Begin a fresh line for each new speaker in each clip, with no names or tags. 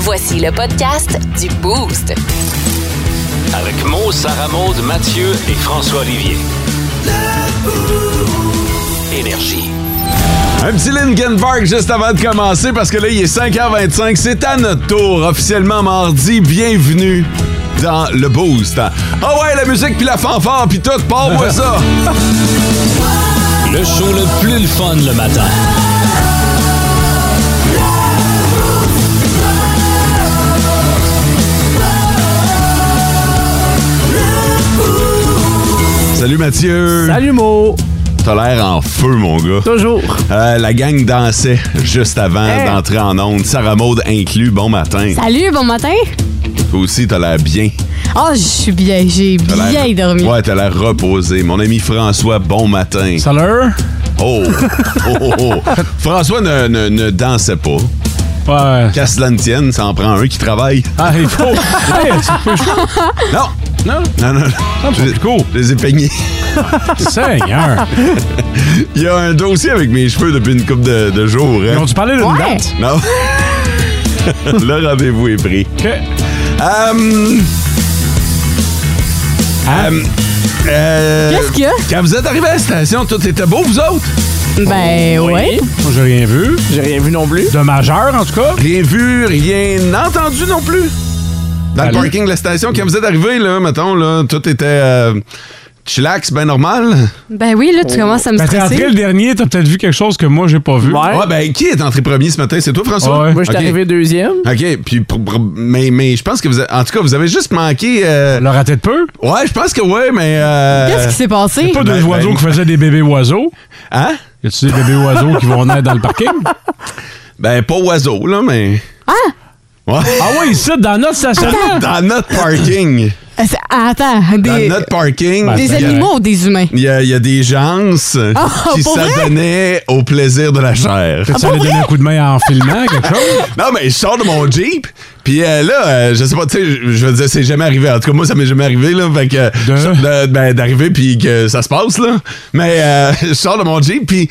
Voici le podcast du Boost.
Avec Mo, Sarah Maud, Mathieu et François Olivier. Énergie.
Un petit Linkin Park juste avant de commencer parce que là, il est 5h25. C'est à notre tour, officiellement mardi. Bienvenue dans le Boost. Ah ouais, la musique puis la fanfare puis tout,
Ah
pas moi ça.
Le show le plus le fun le matin.
Salut Mathieu.
Salut Mo!
T'as l'air en feu, mon gars.
Toujours!
Euh, la gang dansait juste avant
Hey.
d'entrer en onde. Sarah Maud inclus, bon matin.
Salut, bon matin.
Toi aussi, t'as l'air bien.
Oh, je suis bien, j'ai
T'as l'air-
bien dormi.
Ouais, t'as l'air reposé. Mon ami François, bon matin.
Salut!
Oh! oh, oh, oh. François ne, ne- ne dansait pas.
Ouais.
Qu'à cela ne tienne, ça en prend un qui travaille.
Ah, il faut! Hey, tu peux jouer,
Oh. Non!
non?
Non, non, non. Je les- je les ai peignés.
Seigneur!
Il y a un dossier avec mes cheveux depuis une couple de, de jours.
Ils
hein.
ont-tu parlé d'une
Ouais.
date?
Non? Le rendez-vous est pris.
OK.
Hum,
Hein?
hum, euh,
Qu'est-ce qu'il y a?
Quand vous êtes arrivés à la station, tout était beau, vous autres?
Ben ouais.
Moi, j'ai rien vu.
J'ai rien vu non plus.
De majeur, en tout cas.
Rien vu, rien entendu non plus. Dans le
Allô?
parking de la station, quand vous êtes arrivés, là, mettons, là, tout était euh, chillax, bien normal.
Ben oui, là,
Oh.
Oh.
tu commences à me
Ben, t'es
stresser.
entré le dernier, t'as peut-être vu quelque chose que moi, j'ai pas vu.
Ouais.
Ouais, ben, qui est entré premier ce matin? C'est toi, François?
Ouais.
Moi, je suis
Ok.
arrivé deuxième.
OK, puis pr- pr- mais, mais je pense que vous a- en tout cas vous avez juste manqué euh,
Elle a raté de peu.
Ouais, je pense que ouais, mais euh,
Qu'est-ce qui s'est passé?
Pas
Ben,
deux
ben,
oiseaux qui faisaient des bébés oiseaux.
Hein
Y a-tu des bébés oiseaux qui vont naître dans le parking?
Ben pas oiseau là, mais Ah Ouais.
Ah ouais, ici, dans notre stationnement!
Dans notre parking,
Ah, c'est- Attends,
dans
des,
notre parking,
Ben,
des
c'est
animaux ou des humains?
il y, a- il y a des gens
Ah,
qui
pour vrai? Ah,
s'adonnaient au plaisir de la chair.
Ça allait donner un coup de main en filmant, quelque chose.
Non, mais je sors de mon Jeep, puis euh, là, euh, je sais pas, tu sais, je- je veux dire, c'est jamais arrivé. En tout cas, moi, ça m'est jamais arrivé, là, fait que...
De?
je sors ben, d'arriver, puis que ça se passe, là. Mais euh, je sors de mon Jeep, puis...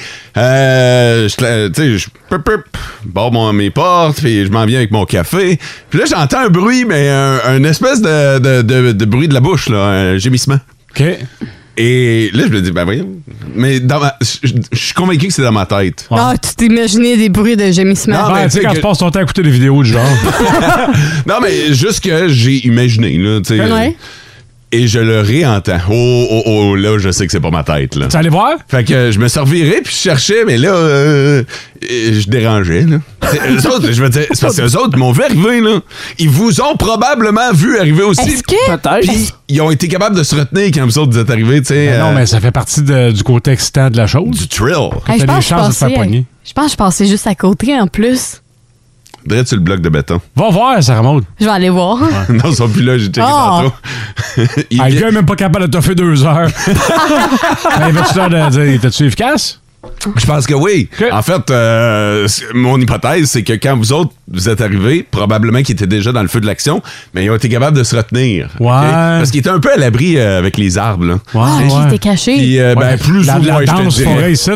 euh, je cla- tu sais, je... Pop, pop, barre mon- mes portes, puis je m'en viens avec mon café. Puis là, j'entends un bruit, mais un, un espèce de, de, de- de bruit de la bouche, là, un gémissement.
OK.
Et là, je me dis, ben voyons. Mais dans ma... Je je suis convaincu que c'est dans ma tête.
Ouais.
Ah, tu t'imaginais des bruits de
Non,
gémissements.
mais
Ben, tu sais,
tu sais
quand
que-
tu passes ton temps à écouter des vidéos du genre.
Non, mais juste que j'ai imaginé, là, tu sais.
Ouais.
Et je le réentends. Oh, oh, oh, là, je sais que c'est pas ma tête, là.
Tu allé voir?
Fait que je me servirais, puis je cherchais, mais là, euh, euh, je dérangeais, là. C'est- Eux autres, je veux dire, c'est parce que eux autres m'ont vu arriver, là. Ils vous ont probablement vu arriver aussi.
Est-ce que.
Peut-être.
Puis ils ont été capables de se retenir quand vous autres vous êtes arrivés, tu sais.
Ben Non,
euh,
mais ça fait partie de- du côté excitant de la chose.
Du thrill.
Hey, je,
T'as des
pense que je,
chances de te faire
passais,
pogner.
je pense que je passais juste à côté en plus.
Dirais-tu le bloc de béton?
Va voir, ça remonte.
Je vais aller voir.
non, ils sont plus là, j'ai checké
Ah.
tantôt. Ils
Ah, le
vi-
gars est même pas capable de toffer deux heures. ben, tu l'air de dire, t'es-tu efficace?
Je pense que oui.
Ok.
En fait, euh, c'est- mon hypothèse, c'est que quand vous autres, vous êtes arrivés, probablement qu'ils étaient déjà dans le feu de l'action, mais ils ont été capables de se retenir.
Ouais.
ok? Parce qu'ils étaient un peu à l'abri euh, avec les arbres. Là.
Ouais,
Ah,
ouais.
il était caché.
Puis, euh, ben,
Ouais,
plus
la,
ou moins,
la
je te
danse
dirais.
forêt ici.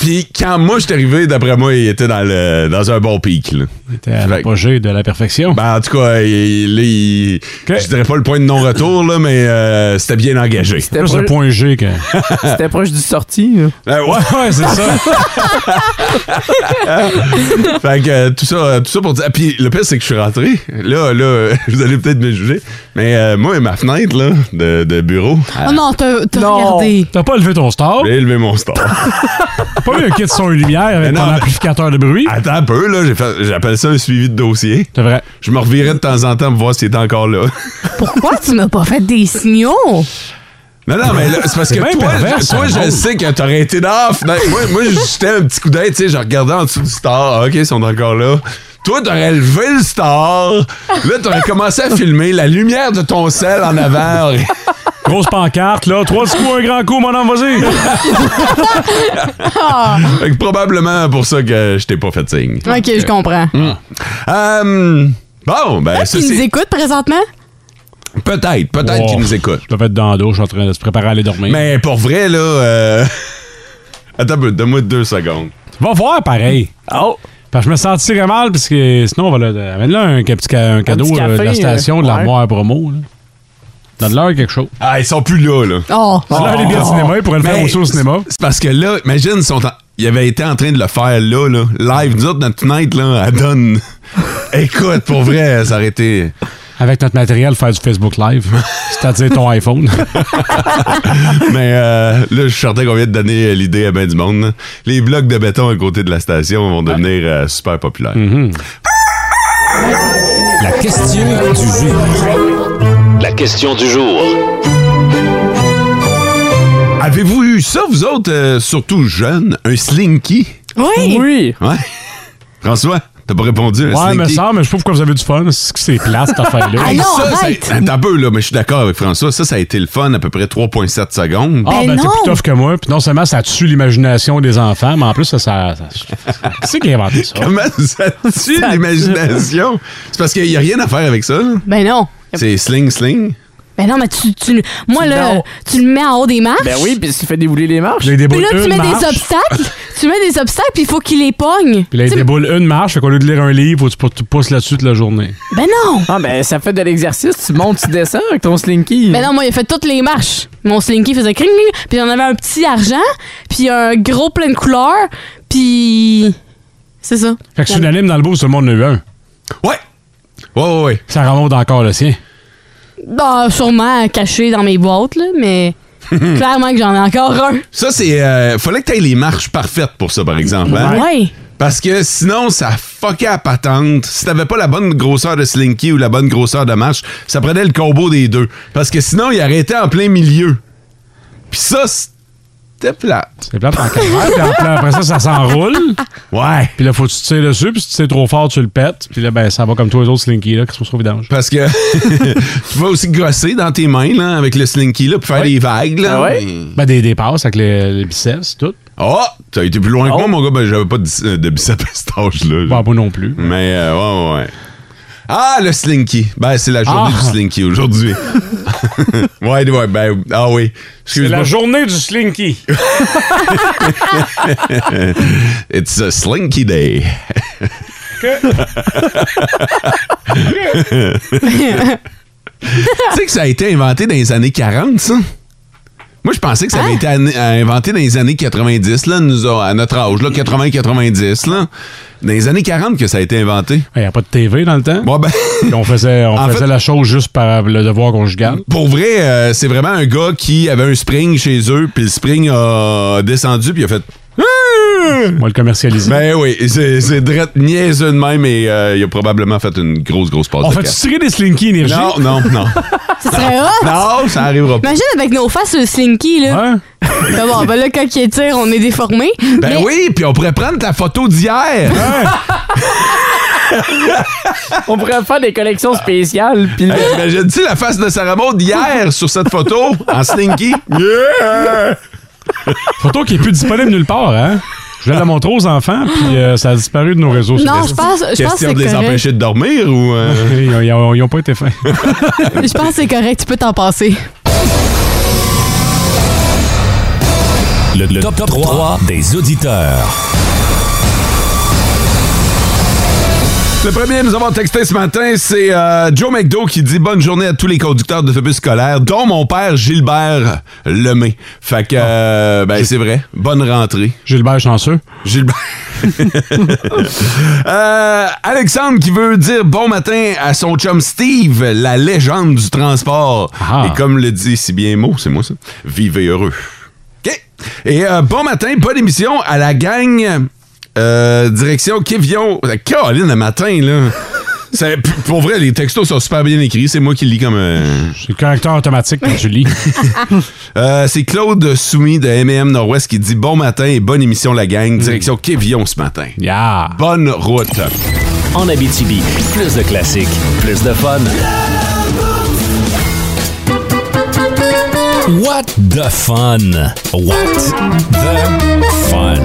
Puis quand moi, je suis arrivé, d'après moi, ils étaient dans, le, dans un bon pic. là.
T'es à
Fait-
l'apogée de la perfection.
Ben, en tout cas, il- là, il-
Ok.
je dirais pas le point de non-retour, là, mais euh, c'était bien engagé.
C'était
Plus le
proche,
point G que.
c'était proche du sorti. là.
Euh, Ah. ouais.
Ouais, ouais, c'est ça.
Fait que euh, tout ça, euh, tout ça pour dire. Ah, Puis le pire, c'est que je suis rentré. Là, là, euh, vous allez peut-être me juger. Mais euh, moi et ma fenêtre là, de, de bureau,
Oh non, t'as t'as
Non.
regardé.
T'as pas levé ton star.
j'ai élevé mon star.
T'as Oh. pas eu un kit son et lumière
Mais
avec
non,
ton
mais-
amplificateur de bruit.
Attends un peu, là, j'ai fait- j'appelle ça un suivi de dossier.
C'est vrai.
Je me revirais de temps en temps pour voir s'il était encore là.
Pourquoi tu m'as pas fait des signaux?
Non, non, mais là, c'est parce que
bien
toi,
pervers,
toi,
ça,
je
drôle.
sais que t'aurais été dans la fenêtre. Moi, moi j'étais un petit coup d'œil, tu sais, je regardais en dessous du star. Ah, OK, ils sont encore là. Toi, t'aurais levé le star. Là, t'aurais commencé à filmer la lumière de ton sel en avant. aurait-
Grosse pancarte, là. Trois petits coups, un grand coup, mon homme, vas-y.
Fait que probablement pour ça que je t'ai pas fait signe.
Ah. Ok, je comprends.
Hum, bon, ben,
Tu nous
ceci.
écoutes présentement?
Peut-être, peut-être
Wow.
qu'ils nous écoutent.
Je devais être dans la douche en train de se préparer à aller dormir.
Mais pour vrai, là. euh, Attends, un peu, donne-moi deux secondes.
Va voir pareil.
Oh!
Parce que je me sentirais mal, parce que sinon, on va le. Amène là un ca- petit ca- un cadeau
petit
euh, de
café,
la
euh,
station, de
ouais.
l'armoire promo. là. Donne-leur quelque chose.
Ah, ils sont plus là, là.
Oh!
Donne-leur les billets de cinéma, ils pourraient le faire
Mais
aussi au cinéma.
C'est parce que là, imagine, ils sont en- ils avaient été en train de le faire là, là. Live, nous autres, notre night, là, à donne. Écoute, pour vrai, ça aurait été.
Avec notre matériel, faire du Facebook Live. C'est-à-dire ton iPhone.
Mais euh, là, je suis certain qu'on vient de donner euh, l'idée à ben du monde. là. Les blocs de béton à côté de la station vont devenir euh, super populaires.
Mm-hmm.
La question du jour.
La question du jour.
Avez-vous eu ça, vous autres, euh, surtout jeunes, un slinky?
Oui!
Oui.
Ouais. François, t'as pas répondu à un
Ouais,
slinky?
mais ça, mais je sais pas pourquoi vous avez du fun. C'est que c'est plat, cette affaire-là.
Ah non,
ça, ça-
arrête!
Attends un peu, là, mais je suis d'accord avec François. Ça, ça a été le fun à peu près 3,7 secondes.
Ah,
Ben
ben, t'es
non!
plus tough que moi. Puis non seulement ça tue l'imagination des enfants, mais en plus, ça. ça, ça- qui c'est qui a inventé ça?
Comment ça tue l'imagination? C'est parce qu'il n'y a rien à faire avec ça. là.
Ben non!
C'est sling, sling.
Ben non, mais tu. tu moi, là,
Non.
tu le mets en haut des marches.
Ben oui, puis tu fais débouler les marches.
Puis là, il
Puis
déboule
là, tu mets
une marche.
des obstacles. tu mets des obstacles, puis il faut qu'il les pogne.
Puis là, il
Tu sais,
déboule une marche. Fait qu'au lieu de lire un livre, faut que tu pou- tu pousses là-dessus toute la journée.
ben non!
Ah, ben ça fait de l'exercice. Tu montes, tu descends avec ton slinky.
Ben non, moi, il a fait toutes les marches. Mon slinky faisait cring, cring. Puis on avait un petit argent, puis un gros plein de couleurs, puis. C'est ça.
Fait que unanime dans le beau, tout le monde en a eu un.
Ouais! Ouais, ouais, ouais.
Ça remonte encore le sien.
Bah, sûrement caché dans mes boîtes, là, mais.
Hmm.
Clairement que j'en ai encore un.
Ça, c'est. euh, fallait que tu aies les marches parfaites pour ça, par exemple. hein?
Ouais.
Parce que sinon, ça fuckait à patente. Si t'avais pas la bonne grosseur de slinky ou la bonne grosseur de marche, ça prenait le combo des deux. Parce que sinon, il arrêtait en plein milieu. Puis ça, c'était plate.
C'est plate en calvaire, puis après, après ça, ça s'enroule.
Ouais.
Puis là, faut que tu tires dessus, puis si tu tires trop fort, tu le pètes. Puis là, ben, ça va comme tous les autres slinky, là, qui se retrouvent vidange.
Parce que tu vas aussi gosser dans tes mains, Hein, là, avec le slinky, là, pour faire des vagues, là.
Ah ouais?
Ben, des dépasses avec les, les biceps, tout.
Oh! T'as été plus loin que
Oh.
moi, mon gars. Ben, j'avais pas de, de biceps à cet âge-là.
Pas bon non plus.
Mais, euh, ouais, ouais, ouais. Ah, le Slinky. Ben, c'est la journée
Ah.
du Slinky aujourd'hui. ouais, ouais, ben, ah oui. Excuse-moi.
journée du slinky.
It's a Slinky Day. tu sais que ça a été inventé dans les années 40, ça? Moi, je pensais que ça
Hein?
avait été an- euh, inventé dans les années 90, là, nous, a- à notre âge, là, 80-90, là. Dans les années 40 que ça a été inventé.
Il n'y a pas de TV dans le temps.
Bon, ben...
Puis on faisait, on
En
faisait
fait-
la chose juste par le devoir conjugal.
Pour vrai, euh, c'est vraiment un gars qui avait un spring chez eux, puis le spring a descendu, puis il a fait.
Hein? On va le commercialiser.
Ben oui, c'est c'est drette niaiseux de même, et euh, il a probablement fait une grosse, grosse passe
on
de
fait-tu
cash.
tirer des slinky énergie?
Non, non, non.
Ce serait hot!
non, ça arrivera pas.
Imagine avec nos faces sur le slinky, là.
Hein?
Ben bon, ben là, quand il tire, on est déformé.
Ben
Mais-
oui, puis on pourrait prendre ta photo d'hier. hein?
On pourrait faire des collections spéciales. Puis là,
ben,
Hey, Imagine-tu la face de Sarah Maud d'hier sur cette photo, en slinky? Yeah!
Photo Euh. qui est plus disponible nulle part, hein? Je voulais la montrer aux enfants, puis euh, ça a disparu de nos réseaux
Non, je
sociaux.
pense, je pense que
Question
c'est
de les
correct.
empêcher de dormir ou. euh?
Ils ont- ils ont- ils ont pas été fins.
Je pense que c'est correct, tu peux t'en passer.
Le, le top, 3, des auditeurs.
Le premier à nous avoir texté ce matin, c'est euh, Joe McDo qui dit bonne journée à tous les conducteurs d'autobus scolaires, dont mon père Gilbert Lemay. Fait que, euh, ben, c'est vrai. Bonne rentrée.
Gilbert Chanceux.
Gilbert. Euh, Alexandre qui veut dire bon matin à son chum Steve, la légende du transport.
Ah.
Et comme le dit si bien mot, c'est moi ça. Vivez heureux. OK. Et euh, bon matin, bonne émission à la gang euh, direction Kévion. Caroline, le matin, là. C'est- p- pour vrai, les textos sont super bien écrits. C'est moi qui le lis comme. euh,
C'est le correcteur automatique quand tu lis.
euh, c'est Claude Soumis de MM Nord-Ouest qui dit bon matin et bonne émission, la gang. Direction Kévion ce matin.
Yeah!
Bonne route.
En Abitibi, plus de classiques, plus de fun.
What the fun? What the fun? What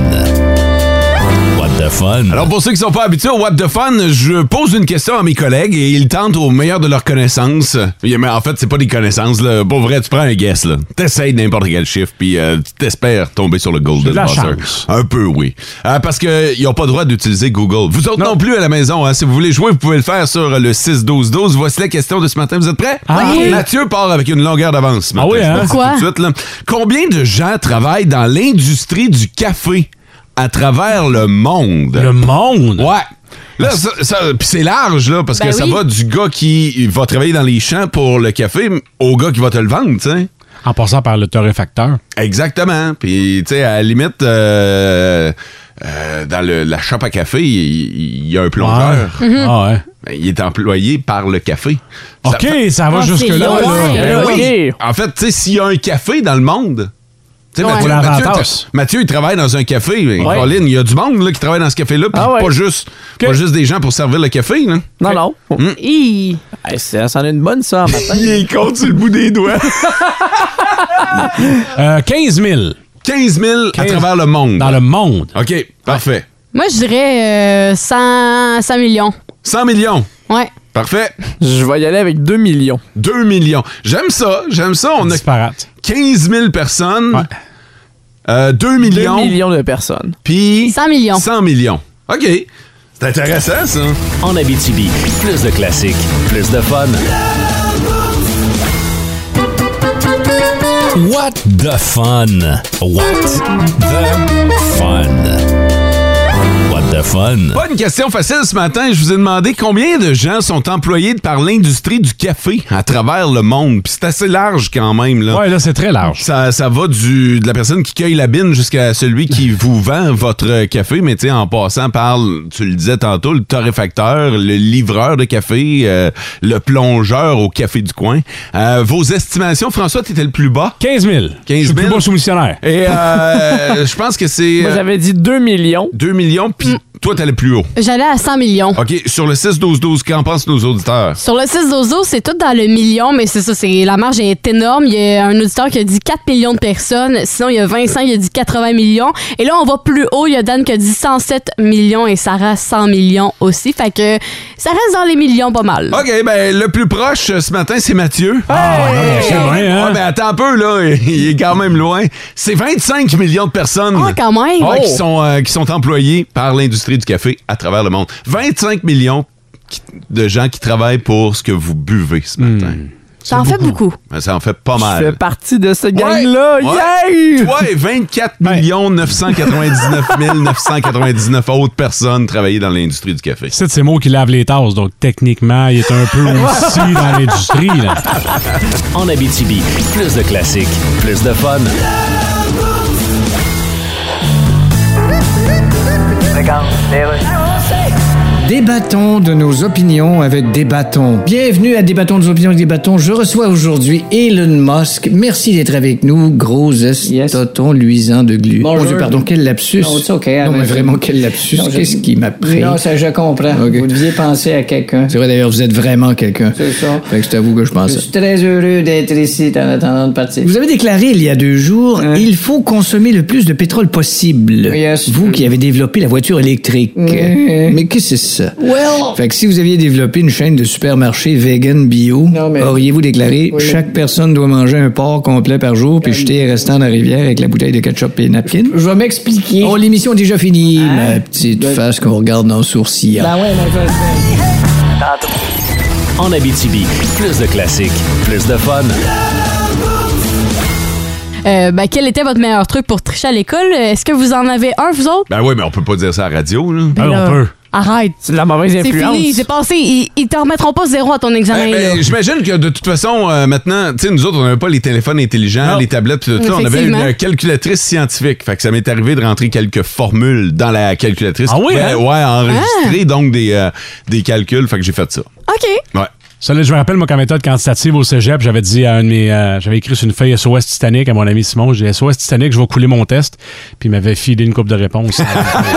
What the fun?
Alors, pour ceux qui sont pas habitués au What the Fun, je pose une question à mes collègues et ils tentent au meilleur de leurs connaissances. Il- Mais en fait, c'est pas des connaissances, là. Pour vrai, tu prends un guess, là. T'essayes n'importe quel chiffre, puis euh, tu t'espères tomber sur le Golden
de la
Buzzer.
chance.
Un peu, oui. Euh, parce qu'ils n'ont pas le droit d'utiliser Google. Vous autres non,
Non.
plus à la maison, hein. Si vous voulez jouer, vous pouvez le faire sur le 6-12-12. Voici la question de ce matin. Vous êtes prêts?
Ah oui.
Mathieu part avec une longueur d'avance. ce
Ah
matin.
oui,
Je
hein?
le dis
Pourquoi?
tout de suite, là. Combien de gens travaillent dans l'industrie du café à travers le monde?
Le monde!
Ouais. Là, ça, ça- puis c'est large, là, parce
Ben
que ça
oui.
va du gars qui va travailler dans les champs pour le café au gars qui va te le vendre, tu sais.
En passant par le torréfacteur.
Exactement. Puis, tu sais, à la limite, euh, euh, dans le- la shop à café, il il y, a un plongeur.
Ah ouais.
Ben, Il est employé par le café. Ça-
OK, ça, va
Ah, c'est
jusque-là.
loin.
là.
Ben
Ok.
oui. En fait, tu sais, s'il y a un café dans le monde. tu sais,
Ouais.
Mathieu,
On
Mathieu,
l'avantage.
Mathieu, il travaille dans un café. mais
Ouais.
Colin, il y a du monde là, qui travaille dans ce café-là. puis
Ah ouais.
pas, juste, pas juste des gens pour servir le café. Là. Hmm.
Non, non.
Hi.
Hey, ça, ça en est une bonne, ça, en matin.
Il compte sur le bout des doigts.
Euh, 15 000
15 000 à
15
travers le monde.
dans le monde.
OK, parfait.
Moi, je dirais euh, 100, 100 millions.
100 millions.
Ouais.
Parfait.
Je vais y aller avec 2 millions.
2 millions. J'aime ça. J'aime ça. On a
Disparate.
15 000 personnes.
Ouais.
euh, 2
2
millions.
millions de personnes.
Puis
100 millions.
100 millions. OK. C'est intéressant, ça.
En Abitibi, plus de classiques, plus de fun. What the fun? What the fun? What the fun?
Pas une question facile ce matin. Je vous ai demandé combien de gens sont employés par l'industrie du café à travers le monde. Puis c'est assez large quand même. Là.
Ouais, là, c'est très large.
Ça, ça va du, de la personne qui cueille la bine jusqu'à celui qui vous vend votre café, mais tu sais, en passant par, tu le disais tantôt, le torréfacteur, le livreur de café, euh, le plongeur au café du coin. Euh, vos estimations, François, t'étais le plus bas.
15 000.
15 000.
Je suis le plus beau soumissionnaire.
Et euh, je pense que c'est
Moi,
euh,
j'avais dit 2 millions.
2 millions, puis toi, t'es le plus haut.
J'allais à 100 millions.
OK, sur le 6-12-12, qu'en pensent nos auditeurs?
Sur le 6 d'Ozo, c'est tout dans le million, mais c'est ça, c'est la marge est énorme. Il y a un auditeur qui a dit 4 millions de personnes. Sinon, il y a Vincent qui a dit 80 millions. Et là, on va plus haut. Il y a Dan qui a dit 107 millions et Sarah 100 millions aussi. Fait que ça reste dans les millions pas mal.
OK, ben le plus proche euh, ce matin, c'est Mathieu.
Ah, non, mais c'est vrai, hein?
Ouais, mais attends un peu, là, il est quand même loin. C'est 25 millions de personnes
Ah, quand même!
Ouais, qui,
Oh.
sont, euh, qui sont employées par l'industrie du café à travers le monde. 25 millions qui- de gens qui travaillent pour ce que vous buvez ce matin.
T'en fais beaucoup.
Ben, Ça en fait pas
Je fais
mal.
partie de cette
Ouais,
gang-là.
ouais.
Yeah!
Ouais, 24 millions 999 999 autres personnes travaillaient dans l'industrie du café.
C'est de ces mots qui lavent les tasses, donc techniquement, il est un peu aussi dans l'industrie. là.
En Abitibi, plus de classiques, plus de fun.
Débattons de nos opinions avec des bâtons. Bienvenue à Débattons de nos opinions avec des bâtons. Je reçois aujourd'hui Elon Musk. Merci d'être avec nous, gros estoton luisant de glu.
Bonjour.
Mon Dieu, pardon, quel lapsus.
Non, c'est OK,
Non, mais
avec-
vraiment, quel lapsus.
Non, je-
Qu'est-ce qui m'a pris?
Non, ça, je comprends.
Ok.
Vous deviez penser à quelqu'un.
C'est vrai, d'ailleurs, vous êtes vraiment quelqu'un.
C'est ça.
Fait que c'est à vous que je pense.
Je suis très heureux d'être ici en attendant de partir.
Vous avez déclaré il y a deux jours,
Hein?
il faut consommer le plus de pétrole possible.
Yes.
Vous qui avez développé la voiture électrique. Mais qu'est-ce que c'est ça?
Well-
Fait que si vous aviez développé une chaîne de supermarchés vegan bio,
Non, mais-
auriez-vous déclaré
Oui, mais-
chaque personne doit manger un porc complet par jour puis jeter les restants dans la rivière avec la bouteille de ketchup et napkin?
Je vais m'expliquer.
Oh, l'émission est déjà finie, ma petite
Ben-
face qu'on regarde dans le sourcil.
Ben ouais, mon frère.
En Abitibi, plus de classiques, plus de fun.
Euh, ben, quel était votre meilleur truc pour tricher à l'école? Est-ce que vous en avez un, vous autres?
Ben oui, mais on peut pas dire ça à la radio, là.
Ah,
là,
on peut.
Arrête!
C'est de la mauvaise
Ben C'est
influence.
fini, c'est passé. Ils, ils te remettront pas zéro à ton examen.
Eh ben,
là.
J'imagine que de toute façon, euh, maintenant, tu sais, nous autres, on n'avait pas les téléphones intelligents,
Non.
les tablettes, tout ça. On avait une
Effectivement.
euh, calculatrice scientifique. Fait que ça m'est arrivé de rentrer quelques formules dans la calculatrice.
Ah oui,
Ben,
hein?
Ouais, enregistrer donc des, euh, des calculs. Fait que j'ai fait ça.
OK.
Ouais.
Ça, là, je me rappelle, moi, quand méthode quantitative au cégep, j'avais dit à un de mes. euh, j'avais écrit sur une feuille SOS Titanic à mon ami Simon. J'ai dit SOS Titanic, je vais couler mon test. Puis il m'avait filé une coupe de réponse.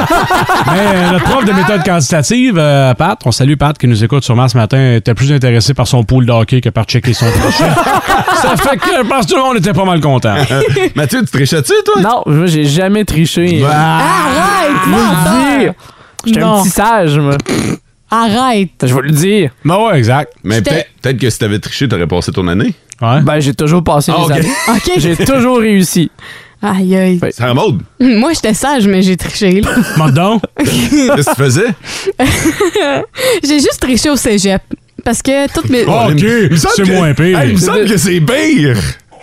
Mais euh, notre prof de méthode quantitative, euh, Pat, on salue Pat qui nous écoute sûrement ce matin, était plus intéressé par son pool d'hockey que par checker son prochain. Ça fait que je pense que tout le monde était pas mal content.
Mathieu, tu trichais-tu, toi?
Non, moi, j'ai jamais triché.
Ah!
Arrête,
Je vais le
menteur!
dire. J'étais un
Non.
petit sage, moi.
Arrête!
Je vais le dire.
Ben ouais, exact.
Mais
J'étais-
peut-être peut-être que si t'avais triché, t'aurais passé ton année.
Ouais.
Ben, j'ai toujours passé
Ah,
les
ok.
années.
OK.
J'ai toujours réussi.
Aïe, aïe.
Ouais.
Sarah Maud,
Moi, j'étais sage, mais j'ai triché. là.
Monte donc.
qu'est-ce que tu faisais?
j'ai juste triché au cégep. Parce que toutes
Eh,
mes.
Oh, ok,
Il me semble
c'est
que-
moins pire.
Hey, il me semble que c'est pire.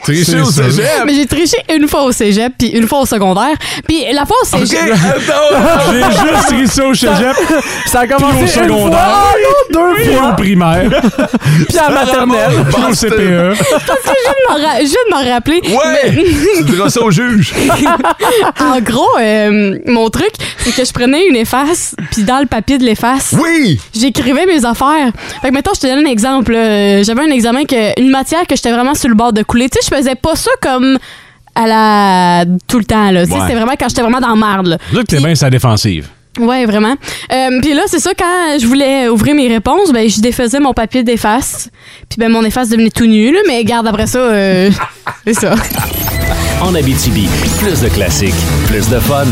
Tricher
C'est
au
ça.
cégep.
Mais j'ai triché une fois au cégep, puis une fois au secondaire. Puis la fois au
OK,
cégep.
attends.
J'ai juste ri ça au cégep,
Ça a
puis
commencé
au
une
secondaire,
fois,
deux fois au primaire,
puis à la maternelle.
puis au E. CPE.
Je viens de m'en ra- je viens de m'en rappeler.
Ouais! tu diras ça au juge.
En gros, euh, mon truc, c'est que je prenais une efface, puis dans le papier de l'efface,
Oui!
j'écrivais mes affaires. Fait que mettons, je te donne un exemple. là. Euh, J'avais un examen, que, une matière que j'étais vraiment sur le bord de couler. Tu sais, je faisais pas ça comme à la... tout le temps. Là. Tu sais,
Ouais.
C'était vraiment quand j'étais vraiment dans la marde. là.
Là que t'es bien sa défensive.
Ouais, vraiment. Euh, puis là, c'est ça, quand je voulais ouvrir mes réponses, ben, je défaisais mon papier d'efface. Puis ben, mon efface devenait tout nu, là, mais garde, après ça, euh, c'est ça.
En Abitibi, plus de classiques, plus de fun.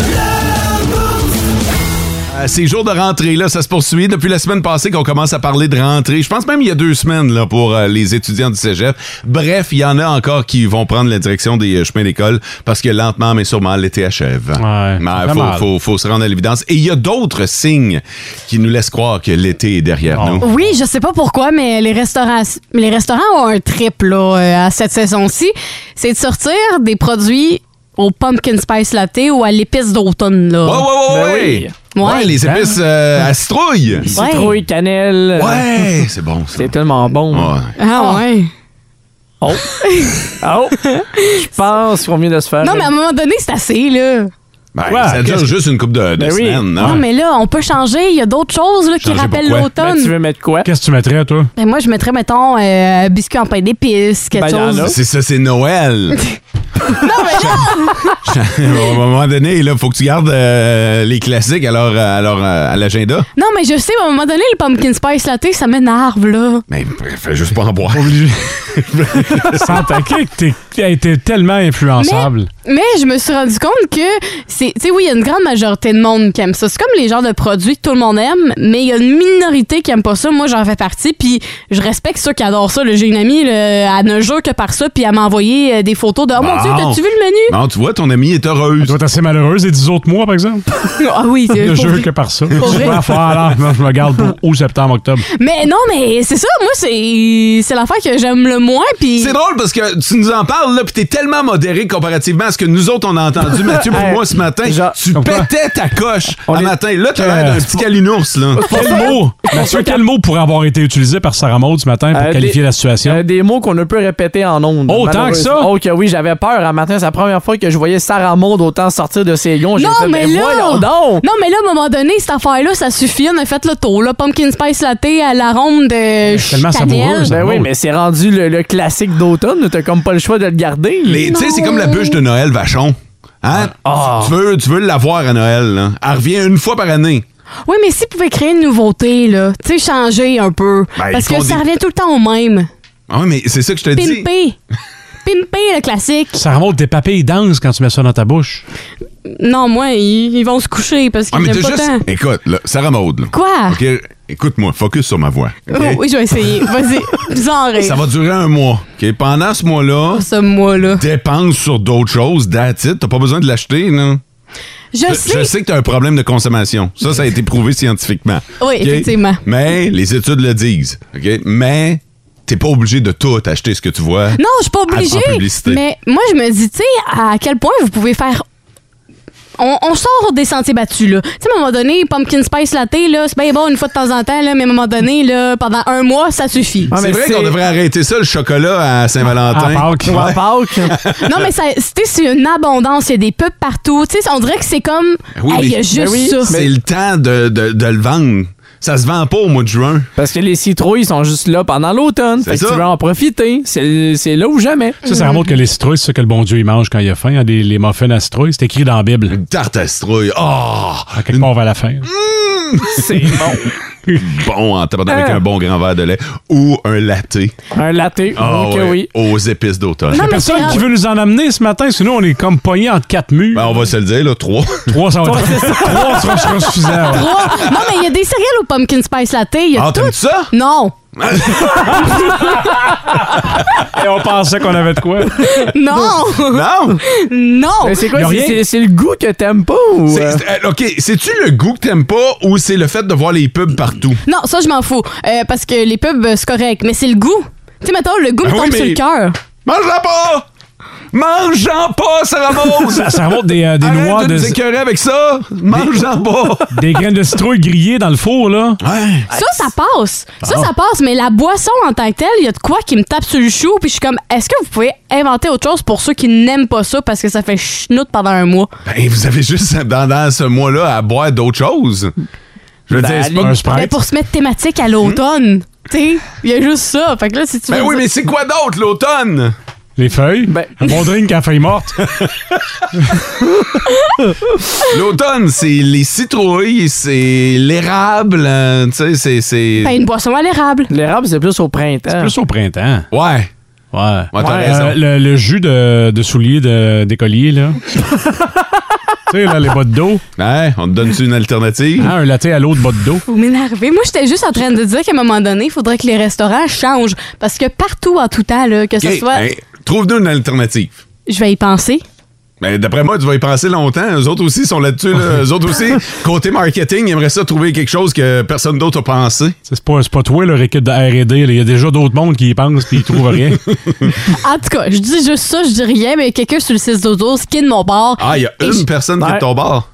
Euh, Ces jours de rentrée, là, ça se poursuit. Depuis la semaine passée qu'on commence à parler de rentrée. Je pense même il y a deux semaines là, pour euh, les étudiants du cégep. Bref, il y en a encore qui vont prendre la direction des euh, chemins d'école parce que lentement, mais sûrement, l'été achève.
Ouais,
Mais
ça fait
faut,
mal.
faut- faut se rendre à l'évidence. Et il y a d'autres signes qui nous laissent croire que l'été est derrière
Oh.
nous.
Oui, je sais pas pourquoi, mais les restaurants, les restaurants ont un trip là, euh, à cette saison-ci. C'est de sortir des produits au pumpkin spice latte ou à l'épice d'automne. Là.
Oh.
Ouais, ouais, ouais,
Ben
ouais.
oui.
Ouais,
Ouais.
les épices euh, à citrouille.
Ouais.
Citrouille, cannelle.
Ouais, c'est bon ça.
C'est tellement bon.
Ouais.
Ah ouais.
Oh. Oh. Je pense qu'on vient de se faire.
Non, mais à un moment donné, c'est assez, là.
Ben,
Ouais,
ça dure
qu'est-ce-
juste une couple de, de
Ben oui.
semaines. non?
Non, mais là, on peut changer. Il y a d'autres choses là, qui
Changer
rappellent
pourquoi?
Ben, tu
l'automne.
veux mettre quoi?
Qu'est-ce que tu mettrais, toi?
Ben, moi, je mettrais, mettons, euh, biscuit en pain d'épices, quelque
Ben, y en
chose.
a.
C'est ça, c'est Noël. À un moment donné, il faut que tu gardes euh, les classiques à leur, euh, à leur, euh, à l'agenda.
Non, mais je sais, à un moment donné, le pumpkin spice latte, ça m'énerve, là.
Mais bref, fais juste pas en boire.
Sans t'inquiéter que t'es- hey, t'es tellement influençable.
Mais je me suis rendu compte que c'est tu sais oui, il y a une grande majorité de monde qui aime ça. C'est comme les genres de produits que tout le monde aime, mais il y a une minorité qui aime pas ça. Moi, j'en fais partie, puis je respecte ceux qui adorent ça. là. J'ai une amie, là, elle ne jure que par ça, puis elle m'a envoyé euh, des photos de Oh mon
Bon.
Dieu, t'as-tu vu le menu?
Non, tu vois, ton ami est
Tu
heureuse.
dois être assez malheureuse et 10 autres mois, par exemple.
Ah oui, c'est
Ne
pour
jure
vrai.
que par ça.
Pour vrai.
Je vais faire, alors, non, je me garde pour août, septembre, octobre.
Mais non, mais c'est ça, moi, c'est c'est l'affaire que j'aime le moins, puis.
C'est drôle parce que tu nous en parles, là, puis t'es tellement modéré comparativement à ce que nous autres, on a entendu, Mathieu, pour
Hey,
moi, ce matin.
genre-
tu
Comme quoi?
pétais ta coche
On
un
est-
matin. Là, t'as l'air
Euh,
d'un petit calinours, là.
Quel mot, Mathieu, quel mot pourrait avoir été utilisé par Sarah Maud ce matin pour
Euh,
qualifier
des-
la situation?
Euh, des mots qu'on ne peut répéter en ondes.
Oh, tant que ça?
Oh, que oui, j'avais peur un matin. C'est la première fois que je voyais Sarah Maud autant sortir de ses gonds. J'ai
Non,
fait,
mais
ben
là!
voyons donc!
Non, mais là, à un moment donné, cette affaire-là, ça suffit. On a fait le tour. Là. Pumpkin Spice Latte à l'arôme de
tellement savoureux,
cannelle.
ça.
Ben oui,
Maud.
mais c'est rendu le, le classique d'automne. T'as comme pas le choix de le garder.
Les- Tu sais, c'est comme la bûche de Noël Vachon. Hein?
Ah.
Tu veux, tu veux l'avoir à Noël, là. Elle revient une fois par année.
Oui, mais si vous pouvez créer une nouveauté, là, tu sais, changer un peu.
Ben,
parce
ils
que
font
ça
des-
revient tout le temps au même.
Ah oui, mais c'est ça que je te dis.
Pimper. Pimper, le classique.
Sarah Maud, tes papilles dansent quand tu mets ça dans ta bouche.
Non, moi, ils, ils vont se coucher parce
Ah,
qu'ils
mais
n'aiment
t'as
pas
juste.
tant.
Écoute, là, Sarah Maud, là.
Quoi?
OK, écoute-moi, focus sur ma voix. OK?
Oh, oui, je vais essayer. Vas-y, genre.
Ça va durer un mois. OK? Pendant ce mois-là,
Ce mois-là.
dépense sur d'autres choses, that's it. T'as pas besoin de l'acheter, non?
Je,
Je,
sais.
je sais que t'as un problème de consommation. Ça, ça a été prouvé scientifiquement.
Oui,
OK?
effectivement.
Mais les études le disent. OK? Mais t'es pas obligé de tout acheter ce que tu vois.
Non, je suis pas
Elle prend
obligée.
publicité.
Mais moi, je me dis, tu sais, à quel point vous pouvez faire. On, on sort des sentiers battus, là. Tu sais, à un moment donné, pumpkin spice latte, là, c'est bien bon une fois de temps en temps, là, mais à un moment donné, là, pendant un mois, ça suffit.
Ah,
C'est
mais
vrai qu'on devrait arrêter ça, le chocolat à Saint-Valentin.
À Pâques.
Ou à Pâques.
Non, mais ça- c'est c'est une abondance. Il y a des pubs partout. Tu sais, on dirait que c'est comme.
Ah Oui,
Hey,
mais-
Il y a juste
Ben oui,
ça.
C'est le temps de, de- de le vendre. ça se vend pas au mois de juin.
Parce que les citrouilles sont juste là pendant l'automne.
C'est
Fait que
ça.
tu veux en profiter. C'est c'est là ou jamais.
Ça,
Mm.
ça remonte que les citrouilles, c'est ce que le bon Dieu il mange quand il a faim. hein, des- les muffins à citrouilles, c'est écrit dans la Bible.
Une tarte à citrouille. Oh!
À quelque part vers la fin.
Mm-hmm. C'est bon.
Bon, en tapant avec
Ah.
un bon grand verre de lait ou un latte.
Un latte.
Ah
oui, que
ouais,
oui.
Aux épices d'automne.
Non, mais c'est
Personne qui veut nous en amener ce matin, sinon on est comme pognés entre quatre murs.
Ben, on va se le dire, là, trois.
300 Trois sera sera suffisant. ouais.
Trois. Non, mais il y a des céréales au pumpkin spice latte. Il y a
Ah,
tout.
t'aimes ça?
Non,
Et on pensait qu'on avait de quoi.
non,
Non!
non.
Mais c'est quoi?
Y a
c'est-
rien.
C'est c'est le goût que t'aimes pas ou.
C'est-
euh,
c'est- euh, OK, c'est-tu le goût que t'aimes pas ou c'est le fait de voir les pubs partout?
Non, ça, je m'en fous. Euh, parce que les pubs, euh, c'est correct. Mais c'est le goût. Tu sais, mettons, le goût me
Ben oui,
tombe sur
mais-
le cœur.
Mange-la pas! Mange-en pas, Sarah Maud!
Ça, ça remonte des, euh, des
Arrête
noix,
de
de,
nous écœurer avec ça! Mange-en pas!
des graines de citrouille grillées dans le four, là.
Ouais.
Ça, ça passe. Ça,
Ah.
ça passe. Mais la boisson en tant que telle, il y a de quoi qui me tape sur le chou. Puis je suis comme, est-ce que vous pouvez inventer autre chose pour ceux qui n'aiment pas ça parce que ça fait chenoute pendant un mois?
Ben, vous avez juste, dans, dans ce mois-là, à boire d'autres choses. Je veux
Ben,
dire,
Hmm.
c'est pas...
Un
Mais
sprite.
pour se mettre thématique à l'automne, tu sais, il y a juste ça. Fait que là, si tu
Ben
veux
oui,
dire-
mais c'est quoi d'autre, l'automne?
Les feuilles.
Ben-
Un bon drink à feuilles mortes.
L'automne, c'est les citrouilles, c'est l'érable, euh, tu sais, c'est- c'est...
Ben, une boisson à l'érable.
L'érable, c'est plus au printemps.
Plus au printemps.
Ouais.
Ouais.
Ouais, t'as
Euh,
raison.
le, le jus de, de souliers de- d'écolier, là. tu sais, là, les bottes d'eau.
Ouais, on te donne-tu une alternative?
Hein, un latte à l'eau de bottes d'eau.
Vous m'énervez. Moi, j'étais juste en train de dire qu'à un moment donné, il faudrait que les restaurants changent. Parce que partout, en tout temps, là, que ce
Ok,
soit.
ben, Trouve-nous une alternative.
Je vais y penser.
Ben, D'après moi, tu vas y penser longtemps. Eux autres aussi sont là-dessus. Là. Eux autres aussi, côté marketing, ils aimeraient ça trouver quelque chose que personne d'autre a pensé.
Ça, C'est pas, c'est pas toi, leur équipe de R&D. là. Il y a déjà d'autres mondes qui y pensent puis ils trouvent rien.
En tout cas, je dis juste ça, je dis rien, mais quelqu'un sur le 6 dodo skin mon bord.
Ah, il y a
Et
une
je-
personne qui est
Ouais.
de ton bord.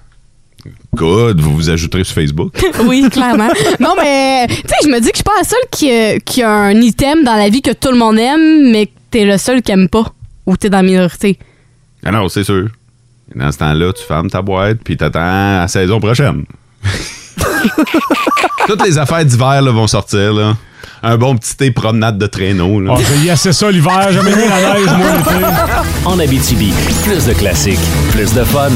Good, vous vous ajouterez sur Facebook.
Oui, clairement. non, mais tu sais, je me dis que je suis pas la seule qui, euh, qui a un item dans la vie que tout le monde aime, mais que t'es le seul qui aime pas. Ou t'es dans la minorité.
Ah non, c'est sûr. Dans ce temps-là, tu fermes ta boîte puis t'attends à la saison prochaine. Toutes les affaires d'hiver là, vont sortir. Là. Un bon petit thé promenade de traîneau. là.
Ah, J'ai y assez ça l'hiver. Jamais mis la neige, moi, l'été.
En Abitibi, plus de classiques, plus de fun.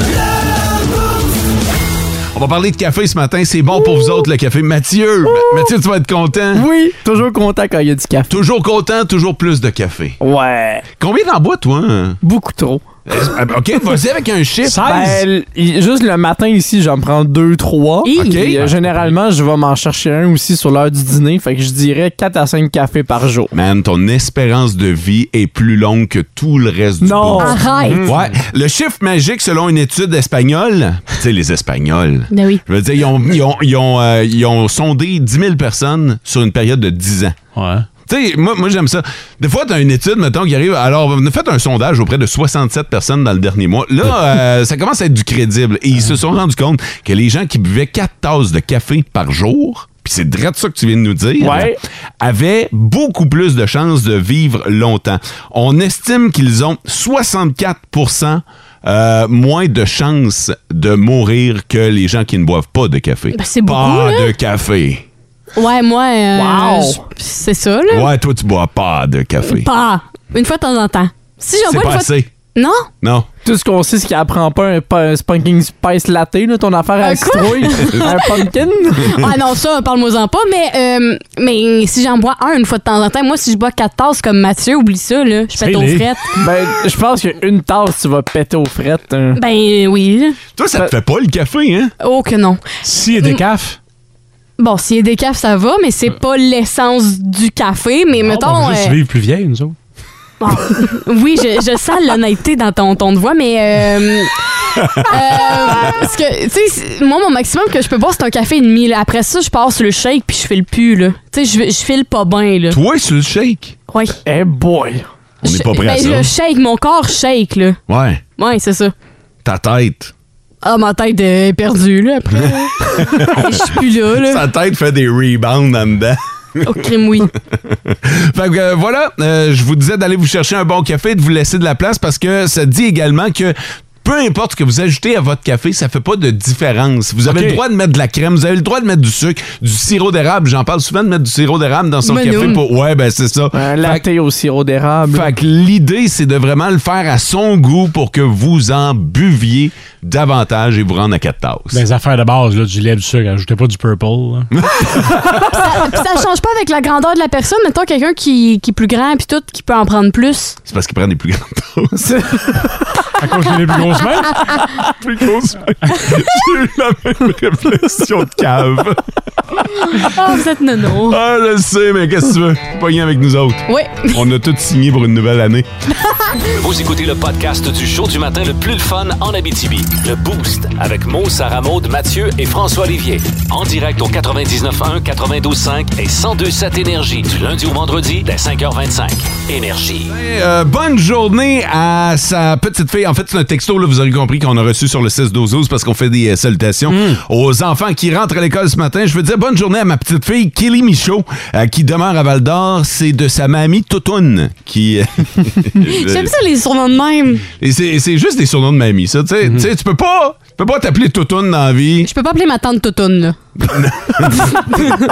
On va parler de café ce matin. C'est bon pour vous autres, le café. Mathieu, Ma- Mathieu, tu vas être content.
Oui, toujours content quand il y a du café.
Toujours content, toujours plus de café.
Ouais,
Combien t'en bois, toi? hein?
beaucoup trop.
Euh, OK, vas-y avec un chiffre.
16?
Ben, l- i- juste le matin ici, j'en prends deux, trois.
Hi.
Puis, euh, généralement, je vais m'en chercher un aussi sur l'heure du dîner. Fait que je dirais 4 à 5 cafés par jour.
Man, ton espérance de vie est plus longue que tout le reste du
Non.
monde.
Arrête!
Ouais. Le chiffre magique, selon une étude espagnole, tu sais, les Espagnols,
Ben oui.
je veux dire, ils ont, ils ont- ils ont, euh, ils ont sondé 10 000 personnes sur une période de 10 ans.
Ouais.
Tu sais, moi, moi j'aime ça. Des fois, t'as une étude, mettons, qui arrive. Alors, faites un sondage auprès de 67 personnes dans le dernier mois. Là, euh, ça commence à être du crédible. Et ils se sont rendus compte que les gens qui buvaient 4 tasses de café par jour, puis c'est direct ça que tu viens de nous dire,
Ouais.
avaient beaucoup plus de chances de vivre longtemps. On estime qu'ils ont 64 euh, moins de chances de mourir que les gens qui ne boivent pas de café.
Ben, c'est beaucoup,
Pas
là.
de café.
Ouais, moi. euh,
Wow.
je- C'est ça, là.
Ouais, toi, tu bois pas de café.
Pas. Une fois de temps en temps. Si j'en
C'est
bois une
pas
fois.
assez.
Non?
Non.
Tout ce qu'on sait, c'est qu'il apprend pas un, pa- un pumpkin spice latte, là, ton affaire à
Un
la
quoi?
citrouille. un pumpkin.
Hmm.
Ah non, ça, parle-moi-en pas, mais, euh, mais si j'en bois un une fois de temps en temps, moi, si je bois quatre tasses comme Mathieu, oublie ça, là. Je pète aux
Fais-les.
frettes.
Ben, je pense qu'une tasse, tu vas péter aux frettes. hein.
Ben oui.
Toi, ça te fait pas le café, hein?
Oh que non.
Si et des cafes. Euh.
Bon, s'il y a des cafes, ça va, mais c'est pas l'essence du café, mais
Ah, on
mettons.
va juste
euh,
vivre plus vieille, nous autres.
bon, oui, je, je sens l'honnêteté dans ton ton de voix, mais. euh, euh, parce que, tu sais, c'est- moi, mon maximum que je peux boire, c'est un café et demi. là. Après ça, je pars sur le shake puis je file plus, là. Tu sais, je je file pas bien, là.
Toi, sur le shake.
Ouais.
Eh boy.
On n'est pas prêt à
ben,
ça.
je shake, mon corps shake, là.
Ouais.
Ouais, c'est ça.
Ta tête.
Ah, ma tête euh, est perdue, là, après. Je suis plus là, là.
Sa tête fait des rebounds en dedans.
Oh, crime, oui.
Fait que euh, voilà, euh, je vous disais d'aller vous chercher un bon café, de vous laisser de la place parce que ça dit également que peu importe ce que vous ajoutez à votre café, ça fait pas de différence. Vous avez
OK.
le droit de mettre de la crème, vous avez le droit de mettre du sucre, du sirop d'érable. J'en parle souvent de mettre du sirop d'érable dans son
Mais
café.
non.
Pour... Ouais, ben c'est ça.
Un
Fait
latte au sirop d'érable.
fait que l'idée, c'est de vraiment le faire à son goût pour que vous en buviez davantage et vous rendre à quatre tasses.
Les affaires de base, là, du lait, du sucre, ajoutez pas du purple. là.
Puis ça change pas avec la grandeur de la personne. Mettons quelqu'un qui, qui est plus grand puis tout, qui peut en prendre plus.
c'est parce qu'ils prennent des plus grandes tasses.
À cause des plus grosses mains?
Plus grosses. J'ai eu la même réflexion de cave.
Ah, vous êtes nono.
Ah, je le sais, mais qu'est-ce que tu veux? Pogné avec nous autres.
Oui.
On a tout signé pour une nouvelle année.
Vous écoutez le podcast du show du matin le plus le fun en Abitibi. Le Boost avec Mo, Sarah Maud, Mathieu et François Olivier. En direct au 99.1, 92.5 et 102.7 Énergie du lundi au vendredi dès 5h25. Énergie.
Euh, bonne journée à sa petite fille. En fait, c'est un texto, là, vous aurez compris qu'on a reçu sur le 16 12 12 parce qu'on fait des euh, salutations aux enfants qui rentrent à l'école ce matin. Je veux dire bonne journée à ma petite fille, Kelly Michaud, euh, qui demeure à Val d'Or. C'est de sa mamie Toutoune qui. euh,
J'aime ça les surnoms de même.
Et c'est c'est juste des surnoms de mamie, ça. Tu sais,
Mhm.
Tu sais, tu peux pas. Tu peux pas t'appeler Toutoune dans la vie.
Je peux pas appeler ma tante Totoune, là.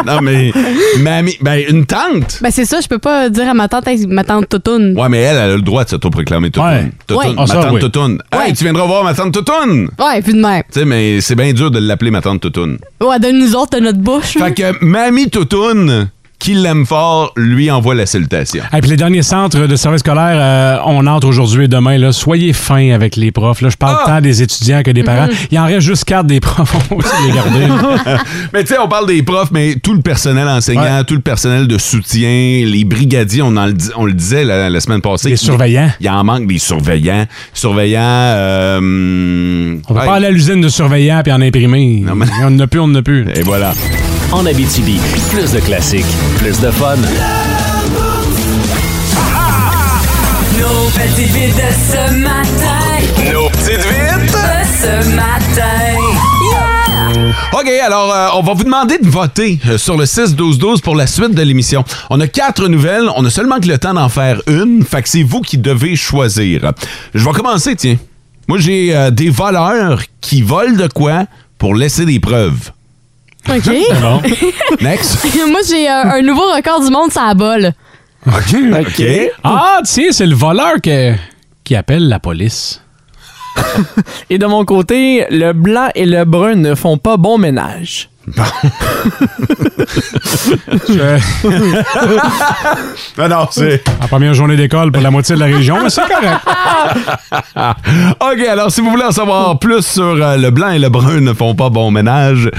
non, mais. Mamie. Ben, une tante.
Ben, c'est ça, je peux pas dire à ma tante, Hey, ma tante Totoune.
Ouais, mais elle, elle a le droit de s'autoproclamer Toutoune.
Ouais.
Toutoune.
Ouais.
Ah,
Ma
ça,
tante
oui.
Toutoune. Hey,
Ouais.
tu viendras voir ma tante Toutoune!
Ouais, puis de même.
Tu sais, mais c'est bien dur de l'appeler ma tante Toutoune.
Ouais, donne-nous autres de notre bouche. hein.
Fait que Mamie Toutoune, qui l'aime fort, lui envoie la salutation.
Et puis les derniers centres de services scolaires, euh, on entre aujourd'hui et demain. Là. Soyez fins avec les profs. Là. Je parle
Ah!
tant des étudiants que des parents.
Mm-hmm.
Il en reste juste quatre des profs. On va aussi les garder. là.
Mais tu sais, on parle des profs, mais tout le personnel enseignant, tout le personnel de soutien, les brigadiers, on, en le, dis- on le disait la, la semaine passée.
Les
qu'il-
surveillants.
Il en manque des surveillants. Surveillants. euh,
On va
ouais.
pas aller à l'usine de surveillants puis en imprimer.
Non, mais-
On n'en a plus, on n'en a plus.
Et voilà.
En Abitibi, plus de classiques, plus de fun.
Nos petites vites de ce matin.
Nos petites vites.
De ce matin.
OK, alors euh, on va vous demander de voter euh, sur le 6-12-12 pour la suite de l'émission. On a quatre nouvelles, on a seulement que le temps d'en faire une, fait que c'est vous qui devez choisir. Je vais commencer, tiens. Moi, j'ai euh, des voleurs qui volent de quoi pour laisser des preuves.
OK.
Bon.
Ah Next.
Moi, j'ai euh, un nouveau record du monde, ça la bol.
OK. OK.
Ah, tiens, c'est le voleur que- qui appelle la police.
Et de mon côté, le blanc et le brun ne font pas bon ménage.
Je-
Ben Non, non, c'est...
en première journée d'école pour la moitié de la région, mais c'est correct.
Ah, OK, alors si vous voulez en savoir plus sur euh, le blanc et le brun ne font pas bon ménage,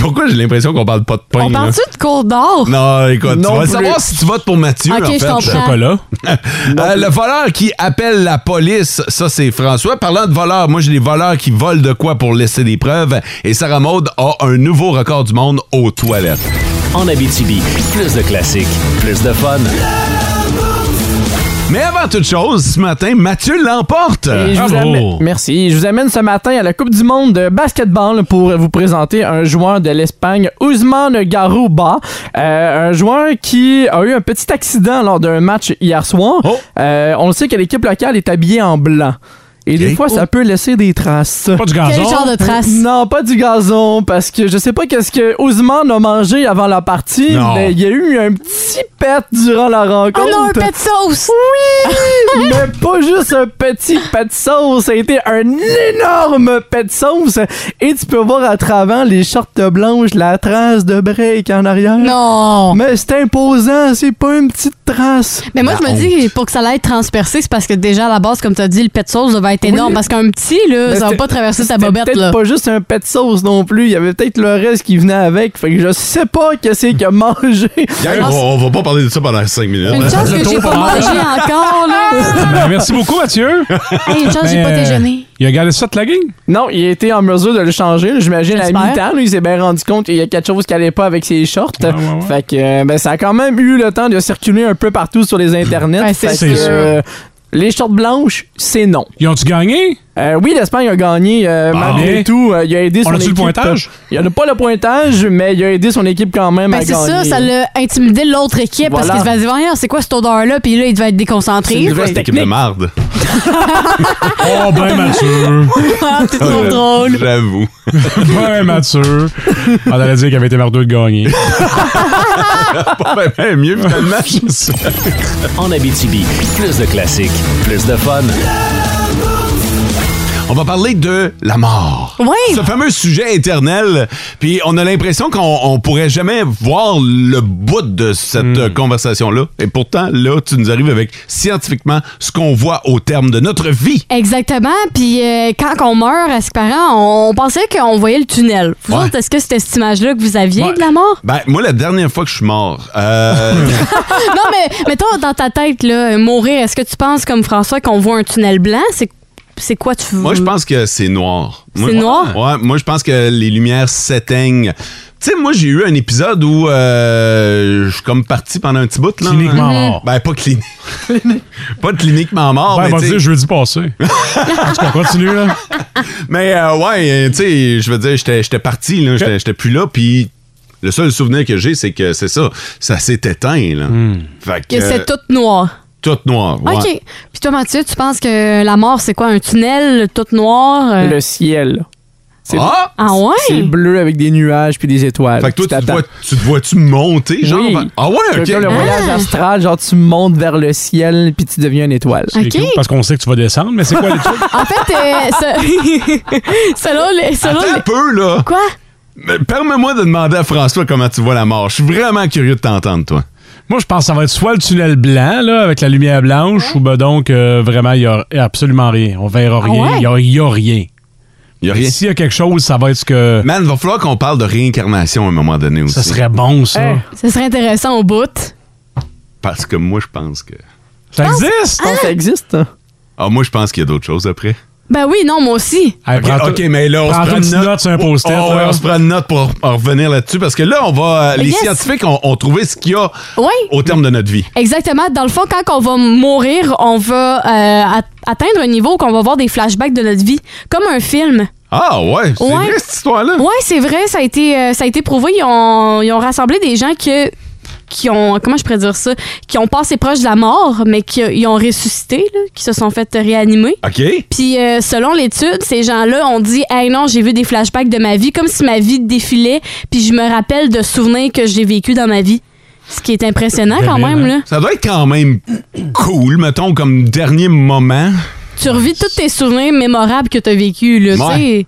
pourquoi j'ai l'impression qu'on parle pas de pain?
On
là?
parle-tu de cours d'or?
Non, écoute,
Non
tu vas le
plus.
savoir si tu votes pour Mathieu,
Oh! Ok,
en fait.
je comprends.
Chocolat.
Euh, le voleur qui appelle la police, ça c'est François. Parlant de voleurs, moi j'ai des voleurs qui volent de quoi pour laisser des preuves. Et Sarah Maud a un nouveau record du monde aux toilettes.
En Abitibi, plus de classiques, plus de fun.
Mais avant toute chose, ce matin, Mathieu l'emporte.
Et je vous
bravo.
amène-
Oh.
merci. Je vous amène ce matin à la Coupe du Monde de basketball pour vous présenter un joueur de l'Espagne, Ousmane Garouba. Euh, un joueur qui a eu un petit accident lors d'un match hier soir.
Oh.
Euh, on le sait que l'équipe locale est habillée en blanc. Et
Ok.
des fois, ça peut laisser des traces.
Pas du
Quel
gazon.
genre de trace?
Non, pas du gazon, parce que je sais pas qu'est-ce que Ousmane a mangé avant la partie,
Non.
mais il y a eu un petit pet durant la rencontre.
Oh non, un pet de sauce!
Mais pas juste un petit pet de sauce, ça a été un énorme pet de sauce. Et tu peux voir à travers les shorts blanches la trace de break en arrière.
Non!
Mais c'est imposant, c'est pas une petite trace.
Mais moi, je me dis, pour que ça l'aille transpercé, c'est parce que déjà, à la base, comme tu as dit, le pet de sauce devait être énorme. Parce qu'un petit, là,
Ben,
ça va
c'était-
pas traverser sa
C'était
bobette, là.
peut-être pas juste un pet de sauce non plus, il y avait peut-être le reste qui venait avec. Fait que je sais pas qu'est-ce qu'il a mangé.
Gang,
on va-
va pas parler de ça pendant 5 minutes.
Une chance que
Le
j'ai
tour
pas
part.
mangé encore, là.
Ben, merci beaucoup, Mathieu.
Ah! Hey, une chance que j'ai
Ben,
pas
euh,
déjeuné.
Il a gardé ça de la game.
Non, il a été en mesure de le changer. là. J'imagine à
J'espère.
mi-temps, là, il s'est bien rendu compte qu'il y a quelque chose qui allait pas avec ses shorts.
ouais.
Fait que euh, ben, ça a quand même eu le temps de circuler un peu partout sur les internets.
Ouais, c'est
Fait
sûr.
que, euh, les shorts blanches, c'est non.
Ils ont-tu gagné?
Euh, oui, l'Espagne a gagné euh,
Ah.
malgré
Mais-
tout. Euh, il a aidé son
On a-tu le
équipe. euh,
pointage?
Il n'a pas le pointage, mais il a aidé son équipe quand même
Ben,
à
c'est
gagner.
ça, ça l'a intimidé l'autre équipe parce
Voilà.
qu'il se va dire Voyons, c'est quoi cette odeur-là? Puis là, il devait être déconcentré.
C'est une vraie équipe de marde.
Oh, ben mature.
Ah, T'es trop
Ouais.
drôle.
J'avoue.
ben mature. On allait dire qu'il avait été merdeux de gagner.
pas ben, ben mieux finalement. je sais.
En Abitibi, plus de classiques, plus de fun.
On va parler de la mort.
Oui.
Ce fameux sujet éternel. Puis on a l'impression qu'on on pourrait jamais voir le bout de cette
Hmm.
euh, conversation-là. Et pourtant, là, tu nous arrives avec scientifiquement ce qu'on voit au terme de notre vie.
Exactement. Puis euh, quand on meurt, à ce parents, on pensait qu'on voyait le tunnel. Vous
Ouais.
autres, est-ce que c'était cette image-là que vous aviez
Ouais.
de la mort?
Ben, moi, la dernière fois que je suis mort, euh,
non, mais mettons dans ta tête, là, mourir, est-ce que tu penses comme François qu'on voit un tunnel blanc? C'est, c'est quoi tu veux?
Moi, je pense que c'est noir. Moi-
noir?
Ouais, moi, je pense que les lumières s'éteignent. Tu sais, moi, j'ai eu un épisode où euh, je suis comme parti pendant un petit bout. Là,
Cliniquement mort.
Ben, pas clinique. pas cliniquement mort.
ben,
Ah, mais
on va
tu sais-
dire jeudi passé. en tout cas, continue, là.
Mais euh, ouais, euh, tu sais, je veux dire, j'étais j'étais parti, là, j'étais j'étais plus là, puis le seul souvenir que j'ai, c'est que c'est ça, ça s'est éteint, là.
Hmm.
Fait que,
Que c'est tout noir.
euh, tout noir, Euh, ouais.
OK. Puis toi, Mathieu, tu penses que la mort, c'est quoi? Un tunnel tout noir? euh?
Le ciel. C'est
Ah!
Ah
c'est
ouais?
bleu avec des nuages puis des étoiles.
Fait que toi, tu te
t'attends.
vois- tu te vois-tu monter, genre?
Oui.
Ah ouais,
C'est
OK.
comme le voyage astral, genre tu montes vers le ciel puis tu deviens une étoile.
C'est
Ok.
cool, parce qu'on sait que tu vas descendre, mais c'est quoi les trucs?
En fait, euh, ce- selon les... Selon
Attends un
les-
peu, là.
Quoi?
Mais Permets-moi de demander à François comment tu vois la mort. Je suis vraiment curieux de t'entendre, toi.
Moi, je pense que ça va être soit le tunnel blanc, là, avec la lumière blanche, ou ben donc, euh, vraiment, il n'y a absolument rien. On verra
Ah
rien.
ouais?
Il n'y a, rien.
Y a rien.
S'il y a quelque chose, ça va être ce que.
Man, va falloir qu'on parle de réincarnation à un moment donné aussi.
Ça serait bon, ça.
Hey.
Ce serait intéressant au bout.
Parce que moi, je pense que...
Ça existe?
Je pense que ça existe. hein.
Ah, moi, je pense qu'il y a d'autres choses après.
Ben oui, non, moi aussi.
Hey,
OK,
prends-toi-
OK, mais là, on
prends-toi
se prend
une
une
petite
note.
note sur un post-it,
Oh, ouais,
là.
on se prend une note pour en revenir là-dessus parce que là, on va. euh, Les
Yes.
scientifiques ont, ont trouvé ce qu'il y a
Oui.
au terme de notre vie.
Exactement. Dans le fond, quand on va mourir, on va euh, at- atteindre un niveau où on va voir des flashbacks de notre vie, comme un film.
Ah, ouais, c'est
Ouais.
vrai cette histoire-là.
Ouais, c'est vrai, ça a été, euh, ça a été prouvé. Ils ont, ils ont rassemblé des gens que, qui ont, comment je pourrais dire ça, qui ont passé proche de la mort, mais qui ils ont ressuscité, là, qui se sont fait réanimer.
OK.
Puis euh, selon l'étude, ces gens-là ont dit "Hey non, j'ai vu des flashbacks de ma vie comme si ma vie défilait, puis je me rappelle de souvenirs que j'ai vécu dans ma vie." Ce qui est impressionnant quand
Débile,
même
hein?
là.
Ça doit être quand même cool, mettons, comme dernier moment.
Tu revis tous tes souvenirs mémorables que tu as vécu là,
Ouais.
tu sais.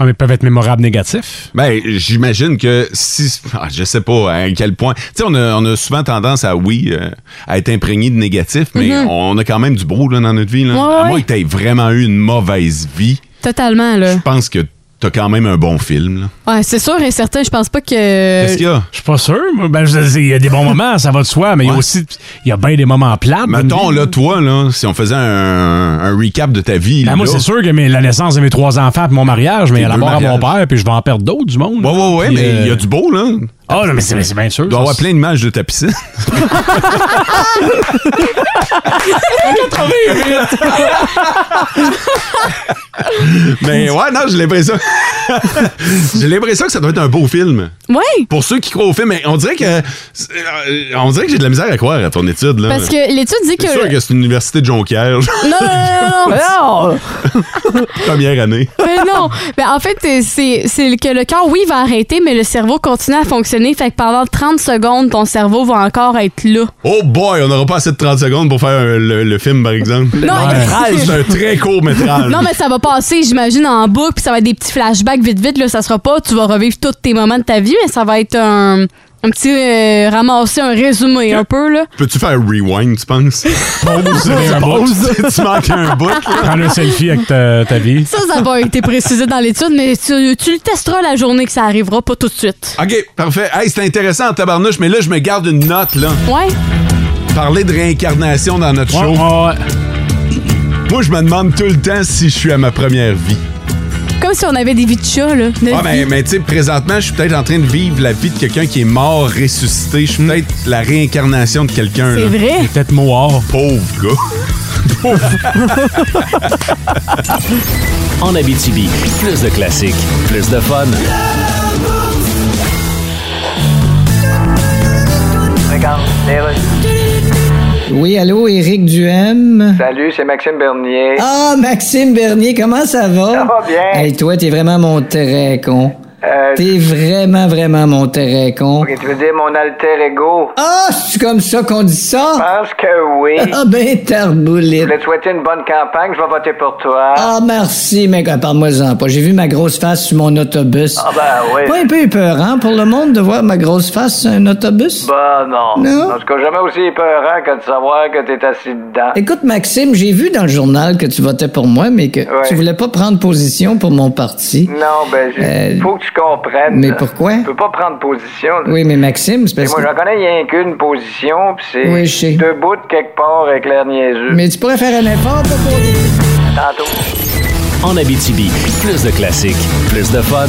Ouais, mais ils peuvent être mémorables négatifs.
Ben, j'imagine que si. ah, je sais pas à quel point. Tu sais, on a, on a souvent tendance à, oui, euh, à être imprégné de négatif, mais on a quand même du beau là, dans notre vie. Là.
Mm-hmm. Ouais,
à
ouais.
moins que tu vraiment eu une mauvaise vie,
Totalement là.
je pense que t'as quand même un bon film. là.
Ouais, c'est sûr et certain, je pense pas que
Qu'est-ce qu'il y a?
Je suis pas sûr. moi. Ben, je veux dire, il y a des bons moments, ça va de soi, mais il y a
Ouais.
aussi il y a bien des moments plates.
Mettons,
Ben,
là, toi, là, si on faisait un, un recap de ta vie.
ben, moi,
là.
c'est sûr que mes- la naissance de mes trois enfants, puis mon mariage, mais
Tes
à la
deux
mort à mon
mariages.
père, puis je vais en perdre d'autres du monde.
Ouais, ouais, ouais,
Puis,
mais il y
euh,
a du beau, là. Il
Ah, non, mais c'est c'est bien sûr.
doit y
ça,
avoir
c'est-
plein d'images de ta piscine. mais ouais, non, j'ai l'impression. j'ai l'impression que ça doit être un beau film.
Ouais.
Pour ceux qui croient au film, mais on dirait que. euh, On dirait que j'ai de la misère à croire à ton étude, là.
Parce que l'étude dit
C'est sûr
que
que c'est une université de Jonquière, genre,
non, non, non, non, non.
Alors,
première année.
Mais non! Ben, en fait, euh, c'est c'est que le cœur, oui, va arrêter, mais le cerveau continue à fonctionner. Fait que pendant 30 secondes, ton cerveau va encore être là.
Oh boy, on n'aura pas assez de 30 secondes pour faire euh, le, le film, par exemple.
Non,
Ouais. C'est un très court métrage.
Non, mais ça va passer, j'imagine, en boucle, puis ça va être des petits flashbacks vite, vite. Là, ça sera pas, tu vas revivre tous tes moments de ta vie, mais ça va être un, un petit euh, ramassé, un résumé un peu, là.
Peux-tu faire rewind, tu penses? Pause, pause. tu manques un bout. là.
Prendre un selfie avec ta, ta vie.
Ça, ça va été précisé dans l'étude, mais tu, tu le testeras la journée que ça arrivera, pas tout de suite.
OK, parfait. Hey, c'est intéressant en tabarnouche, mais là, je me garde une note, là.
Ouais?
Parler de réincarnation dans notre
Ouais,
show.
ouais, ouais.
Moi, je me demande tout le temps si je suis à ma première vie.
Comme si on avait des vies de chat, là. de
Ouais,
vie.
mais, mais tu sais, présentement, je suis peut-être en train de vivre la vie de quelqu'un qui est mort, ressuscité. Je suis peut-être la réincarnation de quelqu'un,
Hmm. C'est
là.
vrai.
Peut-être mort.
Pauvre gars.
En Abitibi, plus de classiques, plus de fun.
Oui, allô, Éric Duhem?
Salut, c'est Maxime Bernier.
Ah, Maxime Bernier, comment ça va?
Ça va bien.
Hey, toi, t'es vraiment mon très con.
Euh,
T'es vraiment, vraiment mon très con.
Ok, tu veux dire mon alter ego?
Ah, c'est comme ça qu'on dit ça?
Je pense que oui.
Ah, ben,
Je
tarboulette.
voulais te souhaiter une bonne campagne, je vais voter pour toi.
Ah, merci, mec. Ah, Parle-moi-en pas. J'ai vu ma grosse face sur mon autobus.
Ah ben oui.
Pas un peu épeurant pour le monde de voir ma grosse face sur un autobus?
Bah non.
Ah, Non?
En tout cas, jamais aussi épeurant que de savoir que t'es assis dedans.
Écoute, Maxime, j'ai vu dans le journal que tu votais pour moi, mais que tu voulais pas prendre position pour mon parti.
Non, ben, j'ai-
Euh,
faut que tu comprennes.
mais pourquoi?
Tu peux pas prendre position. là.
Oui, mais Maxime, c'est
Et
parce
moi,
que...
j'en connais rien qu'une position, puis c'est
Oui, je sais.
deux bouts de quelque part avec l'air niaiseux.
Mais tu pourrais faire un effort pour...
Tantôt.
En Abitibi, plus de classiques, plus de fun.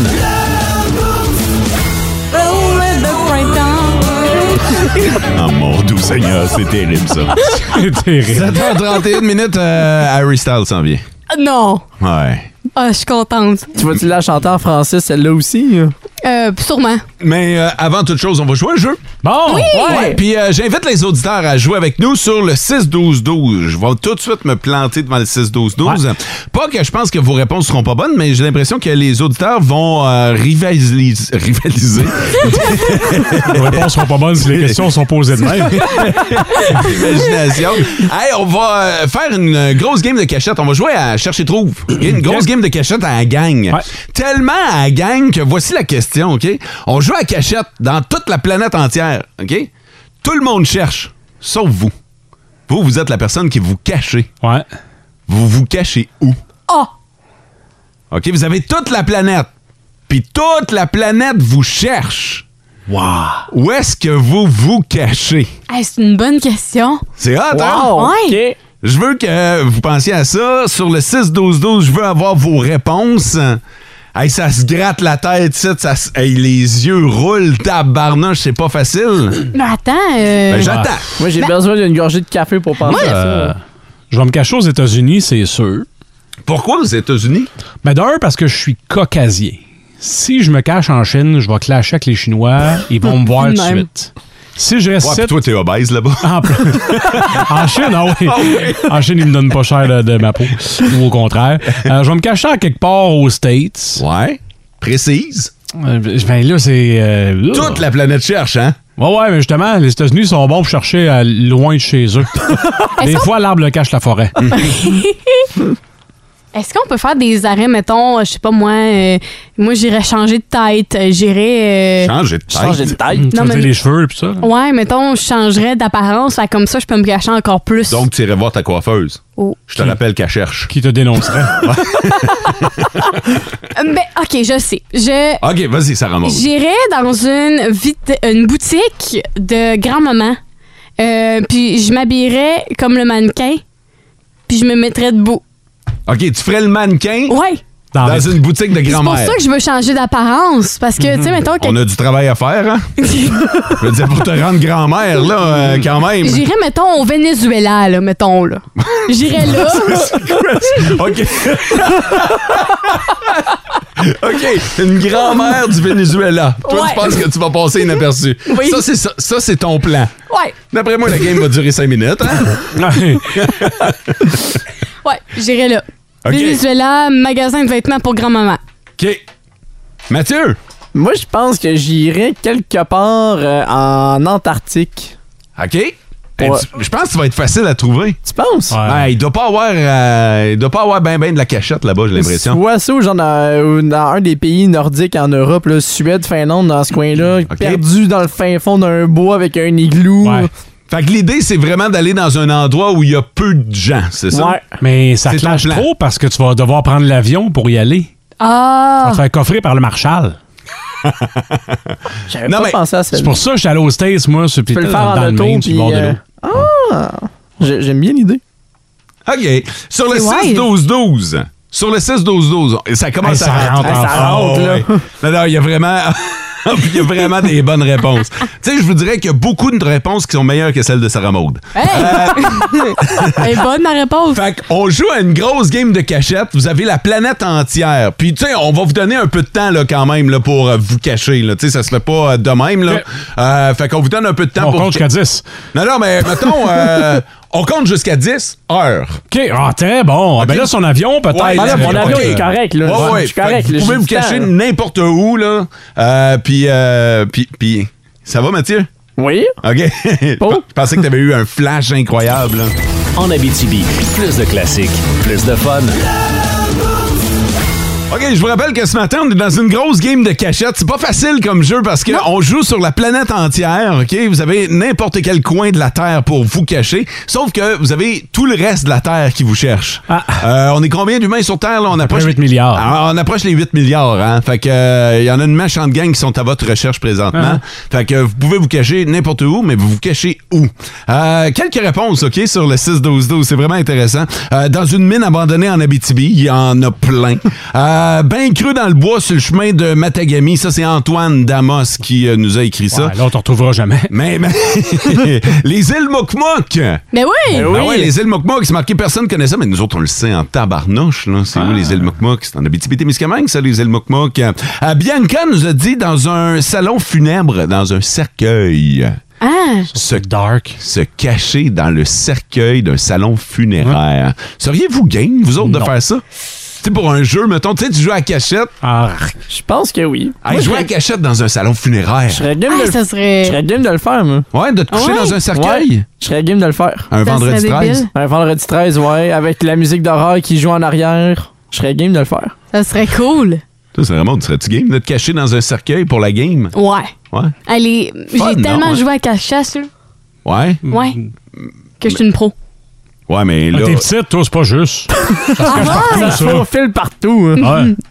Ah mon doux Seigneur, c'est terrible ça.
c'est terrible.
7h31 minutes, euh, Harry Styles s'en vient.
Ah, Non!
Ouais.
Ah, je suis contente.
Tu vas-tu la chanter en français, celle-là aussi?
Euh, sûrement.
Mais euh, avant toute chose, on va jouer à un jeu.
Bon!
Ouais, Puis euh, j'invite les auditeurs à jouer avec nous sur le 6-12-12. Je vais tout de suite me planter devant le 6-12-12. Pas que je pense que vos réponses seront pas bonnes, mais j'ai l'impression que les auditeurs vont euh, rivalis- rivaliser.
Les réponses seront pas bonnes si les questions sont posées de même.
Imagination. Hey, on va euh, faire une euh, grosse game de cachette. On va jouer à chercher trouve. Une grosse game de cachette à la gang. Tellement à la gang que voici la question, OK? On joue à cachette dans toute la planète entière, OK? Tout le monde cherche, sauf vous. Vous, vous êtes la personne qui vous cachez.
Ouais.
Vous vous cachez où?
Ah!
OK? Vous avez toute la planète. Puis toute la planète vous cherche. Wow! Où est-ce que vous vous cachez?
Hey, c'est une bonne question.
C'est hot, hein?
Wow, Ouais.
Je veux que vous pensiez à ça. Sur le 6-12-12, je veux avoir vos réponses. Hey, ça se gratte la tête, ça, ça se- hey, les yeux roulent, tabarnouche, c'est pas facile.
Mais attends, euh,
Ben, j'attends.
Ah.
Moi, j'ai besoin d'une gorgée de café pour penser à
Euh,
ça.
je vais me cacher aux États-Unis, c'est sûr.
Pourquoi aux États-Unis?
Mais d'un, parce que je suis caucasien. Si je me cache en Chine, je vais clasher avec les Chinois, ils vont me voir tout de
Même.
suite. Si je reste
Ouais,
sept-
puis toi, t'es obèse là-bas.
En, plein- en Chine, ah oui. En Chine, ils me donnent pas cher de, de ma peau. Ou au contraire. Euh, je vais me cacher en quelque part aux States.
Ouais. Précise.
Euh, ben là, c'est. euh,
Toute la planète cherche, hein?
Ouais, ouais, mais justement, les États-Unis sont bons pour chercher à loin de chez eux. Des fois, l'arbre cache la forêt.
est-ce qu'on peut faire des arrêts, mettons, euh, je sais pas moi, euh, moi j'irais changer de tête, euh, j'irais... euh,
Changez de tête.
Changer de tête.
Tu
Non,
veux
mais-
dire les cheveux et ça. là?
ouais, mettons, je changerais d'apparence, fait comme ça je peux me cacher encore plus.
Donc, tu irais voir ta coiffeuse.
Oh.
Je te rappelle qu'elle cherche.
Qui te dénoncerait.
Euh, Ben, ok, je sais. Je...
OK, vas-y, Sarah Maud.
J'irais dans une, vit- une boutique de grand-maman. Euh, puis je m'habillerais comme le mannequin. Puis je me mettrais debout.
OK, tu ferais le mannequin
Ouais.
Dans
dans
les-
une boutique de
C'est pour
grand-mère.
ça que je veux changer d'apparence. Parce que, tu sais, mettons, que
Mhm. On a du travail à faire, hein? Je veux dire, pour te rendre grand-mère, là, euh, quand même.
j'irais, mettons, au Venezuela, là, mettons, là. J'irais là.
OK. OK. Une grand-mère du Venezuela. Toi,
Ouais.
tu penses que tu vas passer inaperçu.
Oui.
Ça, c'est ça, ça, c'est ton plan.
Ouais,
D'après moi, la game va durer cinq minutes. hein?
Ouais.
ouais, j'irais là.
OK.
Venezuela, magasin de vêtements pour grand-maman.
OK. Mathieu.
Moi, je pense que j'irais quelque part euh, en Antarctique.
OK. Hey, tu- Je pense que ça va être facile à trouver.
Tu penses?
Ouais.
Ben, il doit pas avoir, euh, il doit pas avoir ben ben de la cachette là-bas, j'ai l'impression.
Soit ça ou genre dans, ou dans un des pays nordiques en Europe, là, Suède, Finlande, dans ce coin-là, perdu dans le fin fond d'un bois avec un igloo.
Ouais.
Fait que l'idée, c'est vraiment d'aller dans un endroit où il y a peu de gens, c'est ça?
Ouais.
Mais ça
C'est ton
clash
plan.
trop parce que tu vas devoir prendre l'avion pour y aller.
Ah!
On se fait coffrer par le Marshall.
J'avais
Non,
pas
mais
pensé à ça.
C'est pour ça que je suis allé aux States, moi, sur
Tu peux le faire
dans
en
le
auto,
Maine, sur le
puis...
bord de
euh,
l'eau.
j'ai- J'aime bien l'idée.
OK. Sur le
C'est wild.
6-12-12. Sur le 6-12-12. Ça commence
Hey, ça
à
rentre en
Ah,
France,
ouais. Non, non, il y a vraiment. il y a vraiment des bonnes réponses. Tu sais, je vous dirais qu'il y a beaucoup de réponses qui sont meilleures que celles de Sarah Maud.
Elle est bonne, ma réponse.
Fait qu'on joue à une grosse game de cachette. Vous avez la planète entière. Puis, tu sais, on va vous donner un peu de temps, là, quand même, là, pour euh, vous cacher. Là. Tu sais, ça se fait pas euh, de même, là. Euh, fait qu'on vous donne un peu de temps
On
pour.
compte jusqu'à
10. Non, non, mais mettons, euh, on compte jusqu'à 10 heures.
OK, ah, très bon. Ah, Ben
OK.
là, son avion, peut-être.
Ouais,
là,
ben là,
je-
mon avion
OK.
est
correct, là.
Ouais,
Je-
ouais.
je suis correct,
Fait que
là,
Vous pouvez
j'ai
vous
du temps,
cacher
là.
n'importe où, là. Euh, puis, euh, puis, puis, ça va, Mathieu?
Oui.
OK. Je pensais que t'avais eu un flash incroyable. là.
En Abitibi, plus de classiques, plus de fun.
OK, je vous rappelle que ce matin, on est dans une grosse game de cachette. C'est pas facile comme jeu parce qu'on joue sur la planète entière, OK? Vous avez n'importe quel coin de la Terre pour vous cacher, sauf que vous avez tout le reste de la Terre qui vous cherche. Euh, on est combien d'humains sur Terre? Là? On approche 8
Ah. milliards.
on approche les 8 milliards, hein? Fait que euh, il y en a une méchante gang qui sont à votre recherche présentement.
Ah.
hein? Fait que vous pouvez vous cacher n'importe où, mais vous vous cachez où? Euh, quelques réponses, OK, sur le 6-12-12. C'est vraiment intéressant. Euh, dans une mine abandonnée en Abitibi, il y en a plein. Euh, ben creux dans le bois sur le chemin de Matagami. Ça, c'est Antoine Damos qui euh, nous a écrit ça.
Ouais, là, on te retrouvera jamais.
Mais, mais- les îles Mokmok!
Mais oui!
Ah ouais, les îles Mokmok, c'est marqué, personne connaît ça, mais nous autres, on le sait en tabarnouche, là. C'est où les îles Mokmok? C'est en Abitibi-Témiscamingue, ça, les îles Mokmok. Euh, Bianca nous a dit dans un salon funèbre, dans un cercueil.
Ah!
Se, dark. se cacher dans le cercueil d'un salon funéraire. Seriez-vous game, vous autres, de faire ça? Tu sais, pour un jeu, mettons, tu sais, tu joues à la cachette.
Je pense que oui.
Hey,
Moi,
jouer à
je-
la cachette dans un salon funéraire.
Je serais game,
Ah,
de, le-
ça serait-
je serais game de le faire, moi.
Ouais, de te coucher
Ouais.
dans un cercueil.
Ouais, Je serais game de le faire.
Un Ça vendredi serait 13. débile.
Un vendredi 13, ouais. Avec la musique d'horreur qui joue en arrière. Je serais game de le faire.
Ça serait cool.
Toi, c'est vraiment, serais-tu game de te cacher dans un cercueil pour la game?
Ouais.
Ouais.
Allez,
Fun,
j'ai tellement
non, ouais. Mm.
joué à cache-chasse, là,
Ouais?
Ouais. que je suis une pro.
Ouais, mais
Ah,
là.
T'es petite, toi, c'est pas juste.
Ah,
Ah, Ça se faufile partout. hein.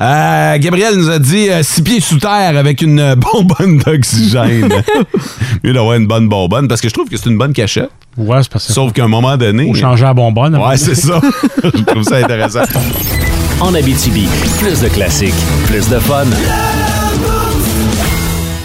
Euh, Gabriel nous a dit euh, six pieds sous terre avec une euh, bonbonne d'oxygène. Mieux d'avoir une bonne bonbonne parce que je trouve que c'est une bonne cachette.
Ouais, c'est parce que.
Sauf qu'à un moment donné.
Faut changer la bonbonne. à un moment
Ouais,
donné.
c'est ça. je trouve ça intéressant.
En Abitibi, plus de classiques, plus de fun.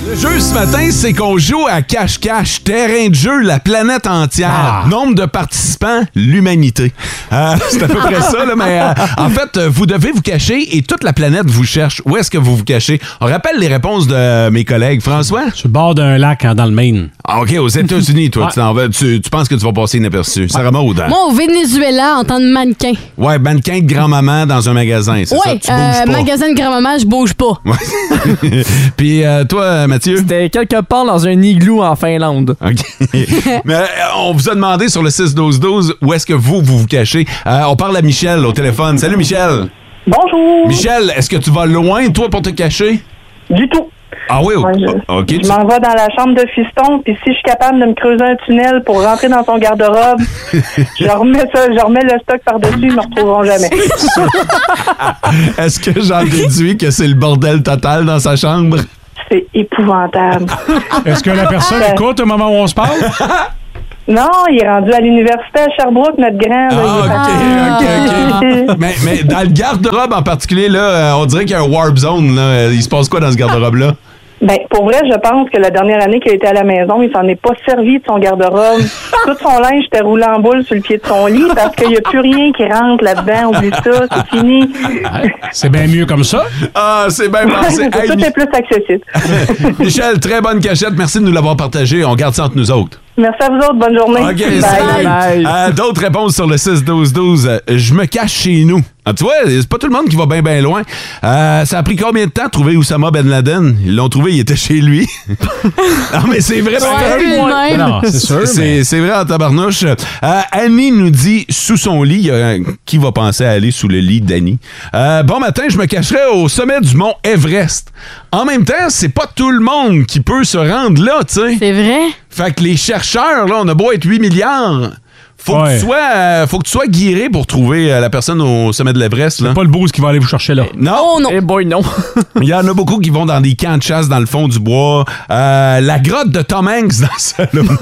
Le jeu ce matin, c'est qu'on joue à cache-cache, terrain de jeu, la planète
Ah.
entière. Nombre de participants, l'humanité. Euh, c'est à peu près ça, là, mais euh, en fait, euh, vous devez vous cacher et toute la planète vous cherche. Où est-ce que vous vous cachez? On rappelle les réponses de euh, mes collègues. François?
Sur le bord d'un lac, hein, dans le Maine.
Ah, OK, aux États-Unis, toi,
Ouais.
tu, t'en vas- tu, tu penses que tu vas passer inaperçu. Sarah Maud. hein?
Moi, au Venezuela, en tant que mannequin.
Ouais, mannequin de grand-maman dans un magasin, c'est ça?
Ouais,
Tu bouges
euh,
pas.
magasin de grand-maman, je bouge pas.
Puis euh, toi, Mathieu?
C'était quelque part dans un igloo en Finlande.
OK. Mais euh, on vous a demandé sur le 6-12-12 où est-ce que vous, vous vous cachez. Euh, on parle à Michel au téléphone. Salut, Michel.
Bonjour.
Michel, est-ce que tu vas loin, toi, pour te cacher?
Du tout.
Ah oui? o-
Moi, je
OK.
je
tu-
m'en vais dans la chambre de fiston, puis si je suis capable de me creuser un tunnel pour rentrer dans son garde-robe, je remets ça, je remets le stock par-dessus, ils me retrouveront jamais.
Est-ce que j'en déduis que c'est le bordel total dans sa chambre?
C'est épouvantable.
Est-ce que la personne écoute au moment où on se parle?
Non, il est rendu à l'université à Sherbrooke, notre grand. là,
Ah,
il est
OK,
parti.
OK. mais, mais dans le garde-robe en particulier, là, euh, on dirait qu'il y a un warp zone. Là. Il se passe quoi dans ce garde-robe-là?
Ben, pour vrai, je pense que la dernière année qu'il a été à la maison, il s'en est pas servi de son garde-robe. Tout son linge était roulé en boule sur le pied de son lit parce qu'il n'y a plus rien qui rentre là-dedans. Oublie ça, c'est fini.
C'est bien mieux comme ça.
Ah, c'est bien pensé. Hey,
Tout est plus accessible.
Michel, très bonne cachette. Merci de nous l'avoir partagé. On garde ça entre nous autres.
Merci à vous autres. Bonne journée.
OK,
Bye.
salut. Euh, D'autres réponses sur le 6-12-12. Euh, Je me cache chez nous. Ah, tu vois, c'est pas tout le monde qui va bien, bien loin. Euh, ça a pris combien de temps de trouver Oussama Ben Laden? Ils l'ont trouvé, il était chez lui. non, mais c'est vrai.
Ouais,
pareil.
plus le même.
Non, c'est sûr,
C'est c'est vrai en tabarnouche. Euh, Annie nous dit sous son lit. Il y a, euh, qui va penser à aller sous le lit d'Annie? Euh, bon matin, je me cacherai au sommet du mont Everest. En même temps, c'est pas tout le monde qui peut se rendre là, tu sais.
C'est vrai?
Fait que les chercheurs, là, on a beau être 8 milliards. Faut, que,
Ouais.
tu sois, euh, faut que tu sois guiré pour trouver euh, la personne au sommet de l'Everest. là.
Pas le booze qui va aller vous chercher là.
Non,
Oh non!
Eh boy, non.
il y en a beaucoup qui vont dans des camps de chasse dans le fond du bois. Euh, la grotte de Tom Hanks dans Salomon.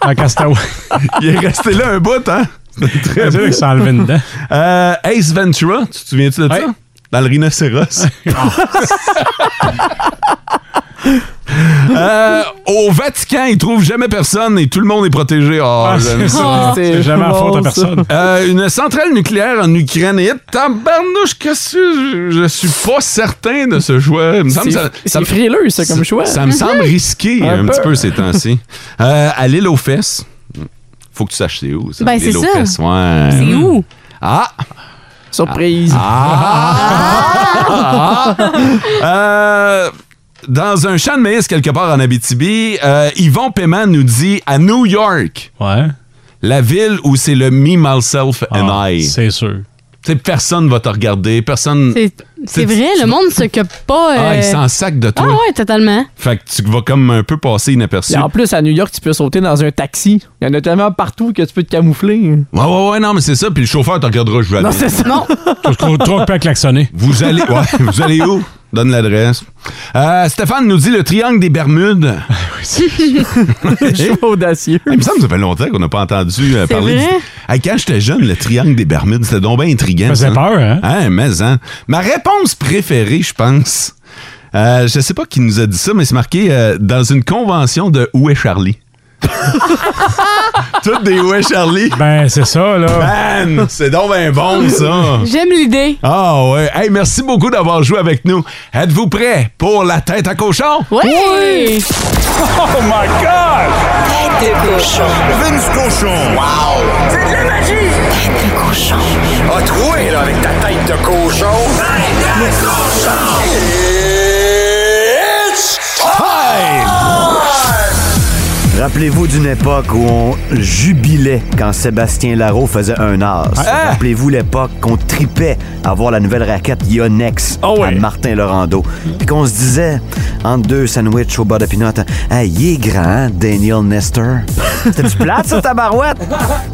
En Castaway.
Il est resté là un bout, hein? C'était
C'est
Très
sûr
beau.
qu'il s'enlevait une dent.
Euh, Ace Ventura, tu te souviens-tu de
Ouais.
ça? Dans le rhinocéros. Euh, au Vatican, ils trouvent jamais personne et tout le monde est protégé. Oh,
Ah,
j'aime
c'est-
ça.
c'est C'est jamais la faute à bon, ça. personne.
Euh, une centrale nucléaire en Ukraine. Et tabarnouche, qu'est-ce que je, je suis pas certain de ce choix. Il me semble
C'est-
ça- ça
c'est
me-
frileux, ça, comme choix.
Ça me
Mhm.
semble risqué
Un
un, petit
peu.
peu ces temps-ci. Euh, à l'île aux fesses. Faut que tu saches c'est où. Ça,
Ben,
l'île
c'est
aux
ça.
fesses, ouais.
C'est où?
Ah!
Surprise!
Ah! Euh, dans un champ de maïs quelque part en Abitibi, euh, Yvon Paiement nous dit à New York. La ville où c'est le me, myself and I. Ah, C'est sûr. Tu sais, personne va te regarder, personne.
C'est- C'est vrai, le monde s'occupe pas.
Ah,
euh,
il s'en sac de
Ah
toi.
ouais, totalement.
Fait que tu vas comme un peu passer inaperçu.
Puis en plus, à New York, tu peux sauter dans un taxi. Il y en a tellement partout que tu peux te camoufler.
Ouais, ouais, ouais, non, mais c'est ça. Puis le chauffeur te regardera jamais.
Non, c'est ça. Non.
Je trouve trop pas klaxonner. Vous allez, ouais, vous allez où? Donne l'adresse. Euh, Stéphane nous dit le triangle des Bermudes.
Choix audacieux.
Il me semble que ça fait longtemps qu'on n'a pas entendu euh,
C'est
parler.
vrai?
du- Hey, quand j'étais jeune, le triangle des Bermudes, c'était donc bien intriguant.
Ça faisait peur,
hein? mais hein. Ma réponse préférée, je pense, euh, je sais pas qui nous a dit ça, mais c'est marqué euh, dans une convention de Où est Charlie? Toutes des Où est Charlie? Ben, c'est ça, là. Man, c'est donc bien bon, ça.
J'aime l'idée.
Ah ouais. Hey, merci beaucoup d'avoir joué avec nous. Êtes-vous prêts pour la tête à cochon?
Oui!
Oh my god! Tête de cochon. Vince cochon. Wow! C'est de la magie! Tête de cochon. A troué, là, avec ta tête de cochon. Tête de cochon! It's
Rappelez-vous d'une époque où on jubilait quand Sébastien Larreau faisait un as.
Ah!
Rappelez-vous l'époque qu'on tripait à voir la nouvelle raquette Yonex à Martin Laurando. Puis qu'on se disait, entre deux sandwichs au bas de pinot, hey, il est grand, hein, Daniel Nestor. C'était-tu plate, ça, ta barouette?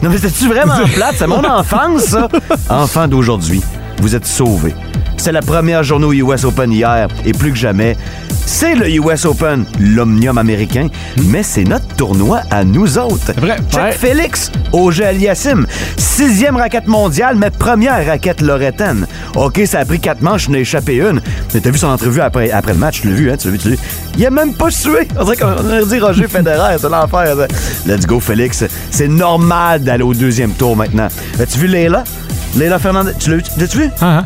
Non, mais c'était-tu vraiment plate? C'est mon enfance, ça. Enfants d'aujourd'hui, vous êtes sauvés. C'est la première journée au US Open hier et plus que jamais, c'est le US Open, l'omnium américain, mais c'est notre tournoi à nous autres. Vrai. Check Félix, Auger Aliassim, sixième raquette mondiale, mais première raquette lorettaine. OK, ça a pris quatre manches, j'en ai échappé une, mais t'as vu son entrevue après, après le match, tu l'as vu, hein, tu l'as vu, tu l'as vu. Il a même pas sué. On dirait qu'on on dit Roger Federer, c'est l'enfer. ça. Let's go, Félix. C'est normal d'aller au deuxième tour maintenant. As-tu vu Leila? Léla Fernandez, tu l'as tu l'as-tu vu? Ah,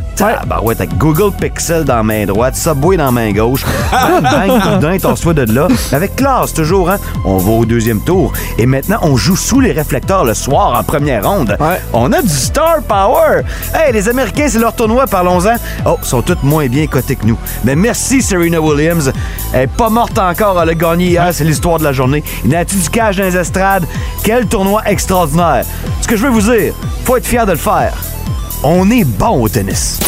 bah ouais, t'as Google Pixel dans la main droite, Subway dans la main gauche. Bang, bang, coup d'un, t'en reçois de là. Avec classe, toujours, hein? On va au deuxième tour. Et maintenant, on joue sous les réflecteurs le soir en première ronde. On a du star power! Hey, les Américains, c'est leur tournoi, parlons-en. Oh, sont toutes moins bien cotés que nous. Mais merci, Serena Williams. Elle est pas morte encore, elle a gagné hier, c'est l'histoire de la journée. Une attitude du cage dans les estrades. Quel tournoi extraordinaire! Ce que je veux vous dire, faut être fier de le faire. On est bon au tennis.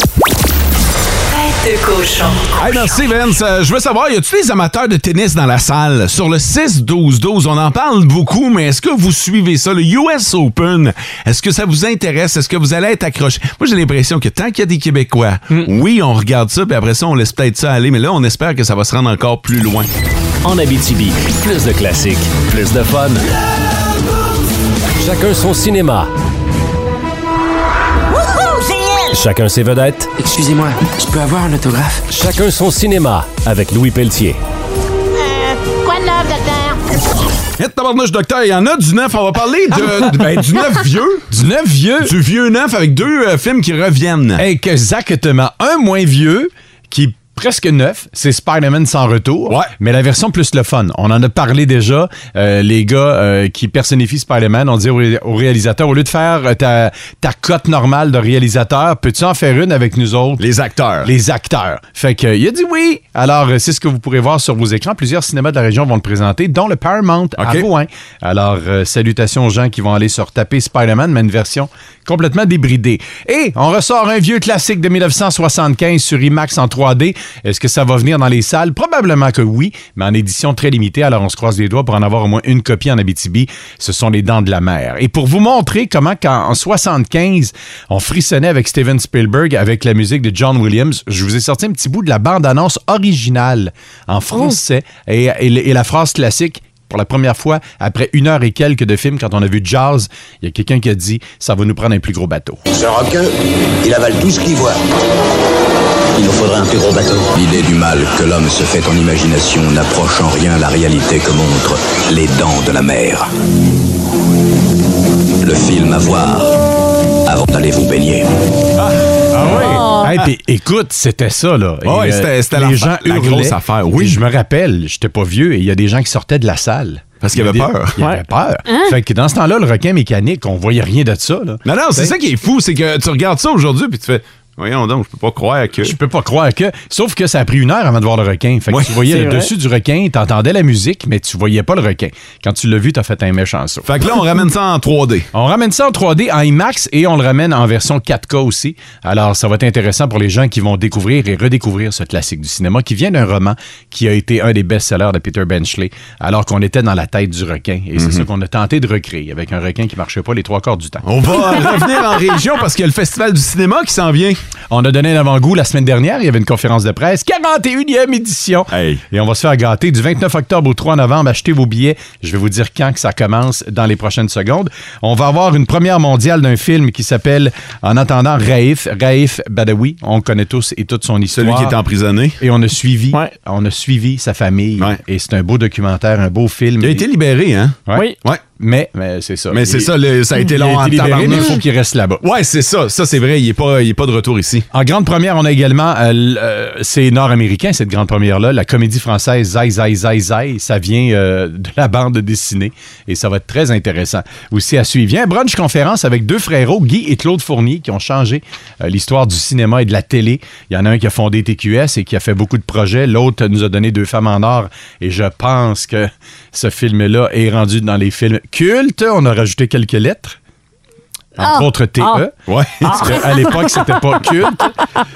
Tête de cochon.
Hey, merci Vince. Euh, je veux savoir, y a-tu des amateurs de tennis dans la salle? Sur le 6-12-12, on en parle beaucoup, mais est-ce que vous suivez ça, le US Open? Est-ce que ça vous intéresse? Est-ce que vous allez être accroché? Moi, j'ai l'impression que tant qu'il y a des Québécois,
Hmm.
oui, on regarde ça, puis après ça, on laisse peut-être ça aller, mais là, on espère que ça va se rendre encore plus loin.
En Abitibi, plus de classiques, plus de fun. Chacun son cinéma. Chacun ses vedettes. Excusez-moi, je peux avoir un autographe? Chacun son cinéma avec Louis Pelletier.
Euh, Quoi de neuf, docteur?
Hé, Eh, tabarnouche, docteur, il y en a du neuf. On va parler de, de- ben, du neuf vieux.
Du neuf vieux.
Du vieux neuf avec deux euh, films qui reviennent.
Exactement. Un moins vieux qui est presque neuf, c'est Spider-Man sans retour. Mais la version plus le fun. On en a parlé déjà. Euh, les gars euh, qui personnifient Spider-Man, on dit au, ré- au réalisateur, au lieu de faire euh, ta, ta cote normale de réalisateur, peux-tu en faire une avec nous autres?
Les acteurs.
Les acteurs. Fait que, euh, il a dit oui. Alors, euh, c'est ce que vous pourrez voir sur vos écrans. Plusieurs cinémas de la région vont le présenter, dont le Paramount à
OK.
Rouen. Alors, euh, salutations aux gens qui vont aller se retaper Spider-Man, mais une version complètement débridée. Et on ressort un vieux classique de 1975 sur IMAX en 3D. Est-ce que ça va venir dans les salles? Probablement que oui, mais en édition très limitée. Alors, on se croise les doigts pour en avoir au moins une copie en Abitibi. Ce sont les Dents de la Mer. Et pour vous montrer comment, quand, en 75, on frissonnait avec Steven Spielberg, avec la musique de John Williams, je vous ai sorti un petit bout de la bande-annonce originale en français et- et- et la phrase classique pour la première fois, après une heure et quelques de film, quand on a vu Jazz, il y a quelqu'un qui a dit ça va nous prendre un plus gros bateau.
Ce requin, il avale tout ce qu'il voit. Il nous faudrait un plus gros bateau.
L'idée du mal que l'homme se fait en imagination n'approche en rien la réalité que montrent les dents de la mer. Le film à voir avant d'aller vous baigner.
Ah oui! Hey, puis écoute, c'était ça, là. Et,
Ouais,
euh,
c'était- c'était
les
la-
gens
la
hurlaient.
grosse affaire, oui.
Puis je me rappelle, j'étais pas vieux, et il y a des gens qui sortaient de la salle.
Parce qu'il y
Il y a
avait
des-
peur.
Il y avait
Ouais.
peur.
Hein?
Fait que dans ce temps-là, le requin mécanique, on voyait rien de ça. Là.
Non, non, c'est ça qui est fou, c'est que tu regardes ça aujourd'hui puis tu fais Voyons donc, je peux pas croire que.
Je peux pas croire que. Sauf que ça a pris une heure avant de voir le requin. Fait que
Ouais,
tu voyais
c'est
le
vrai.
dessus du requin, t'entendais la musique, mais tu voyais pas le requin. Quand tu l'as vu, t'as fait un méchant saut.
Fait que là, on ramène ça en 3D.
On ramène ça en 3D, en IMAX, et on le ramène en version 4K aussi. Alors, ça va être intéressant pour les gens qui vont découvrir et redécouvrir ce classique du cinéma qui vient d'un roman qui a été un des best-sellers de Peter Benchley, alors qu'on était dans la tête du requin. Et c'est
Mhm.
ça qu'on a tenté de recréer avec un requin qui marchait pas les trois quarts du temps.
On va revenir en région parce qu'il y a le Festival du cinéma qui s'en vient.
On a donné un avant-goût la semaine dernière. Il y avait une conférence de presse. 41e édition. Et on va se faire gâter du 29 octobre au 3 novembre. Achetez vos billets. Je vais vous dire quand que ça commence dans les prochaines secondes. On va avoir une première mondiale d'un film qui s'appelle En attendant Raif. Raif Badawi. On connaît tous et toute son histoire.
Celui qui est emprisonné.
Et on a suivi. On a suivi sa famille. Et c'est un beau documentaire, un beau film.
Il a été libéré, hein?
Oui.
Ouais.
Mais, mais c'est ça.
Mais c'est
Il-
ça, le- ça a été
il
long en
été libéré, mais
tabarnak.
il faut qu'il reste là-bas.
Ouais, c'est ça. Ça, c'est vrai, il n'est pas, il est pas de retour ici.
En grande première, on a également, euh, l- euh, c'est nord-américain, cette grande première-là, la comédie française Zai Zai Zai Zai. Ça vient euh, de la bande dessinée et ça va être très intéressant. Aussi à suivre, il y a un brunch conférence avec deux frérots, Guy et Claude Fournier, qui ont changé euh, l'histoire du cinéma et de la télé. Il y en a un qui a fondé TQS et qui a fait beaucoup de projets. L'autre nous a donné Deux femmes en or et je pense que ce film-là est rendu dans les films cultes. On a rajouté quelques lettres. Entre
Ah!
autres, TE.
Ah!
Ouais. Parce
Ah!
qu'à l'époque, c'était pas culte.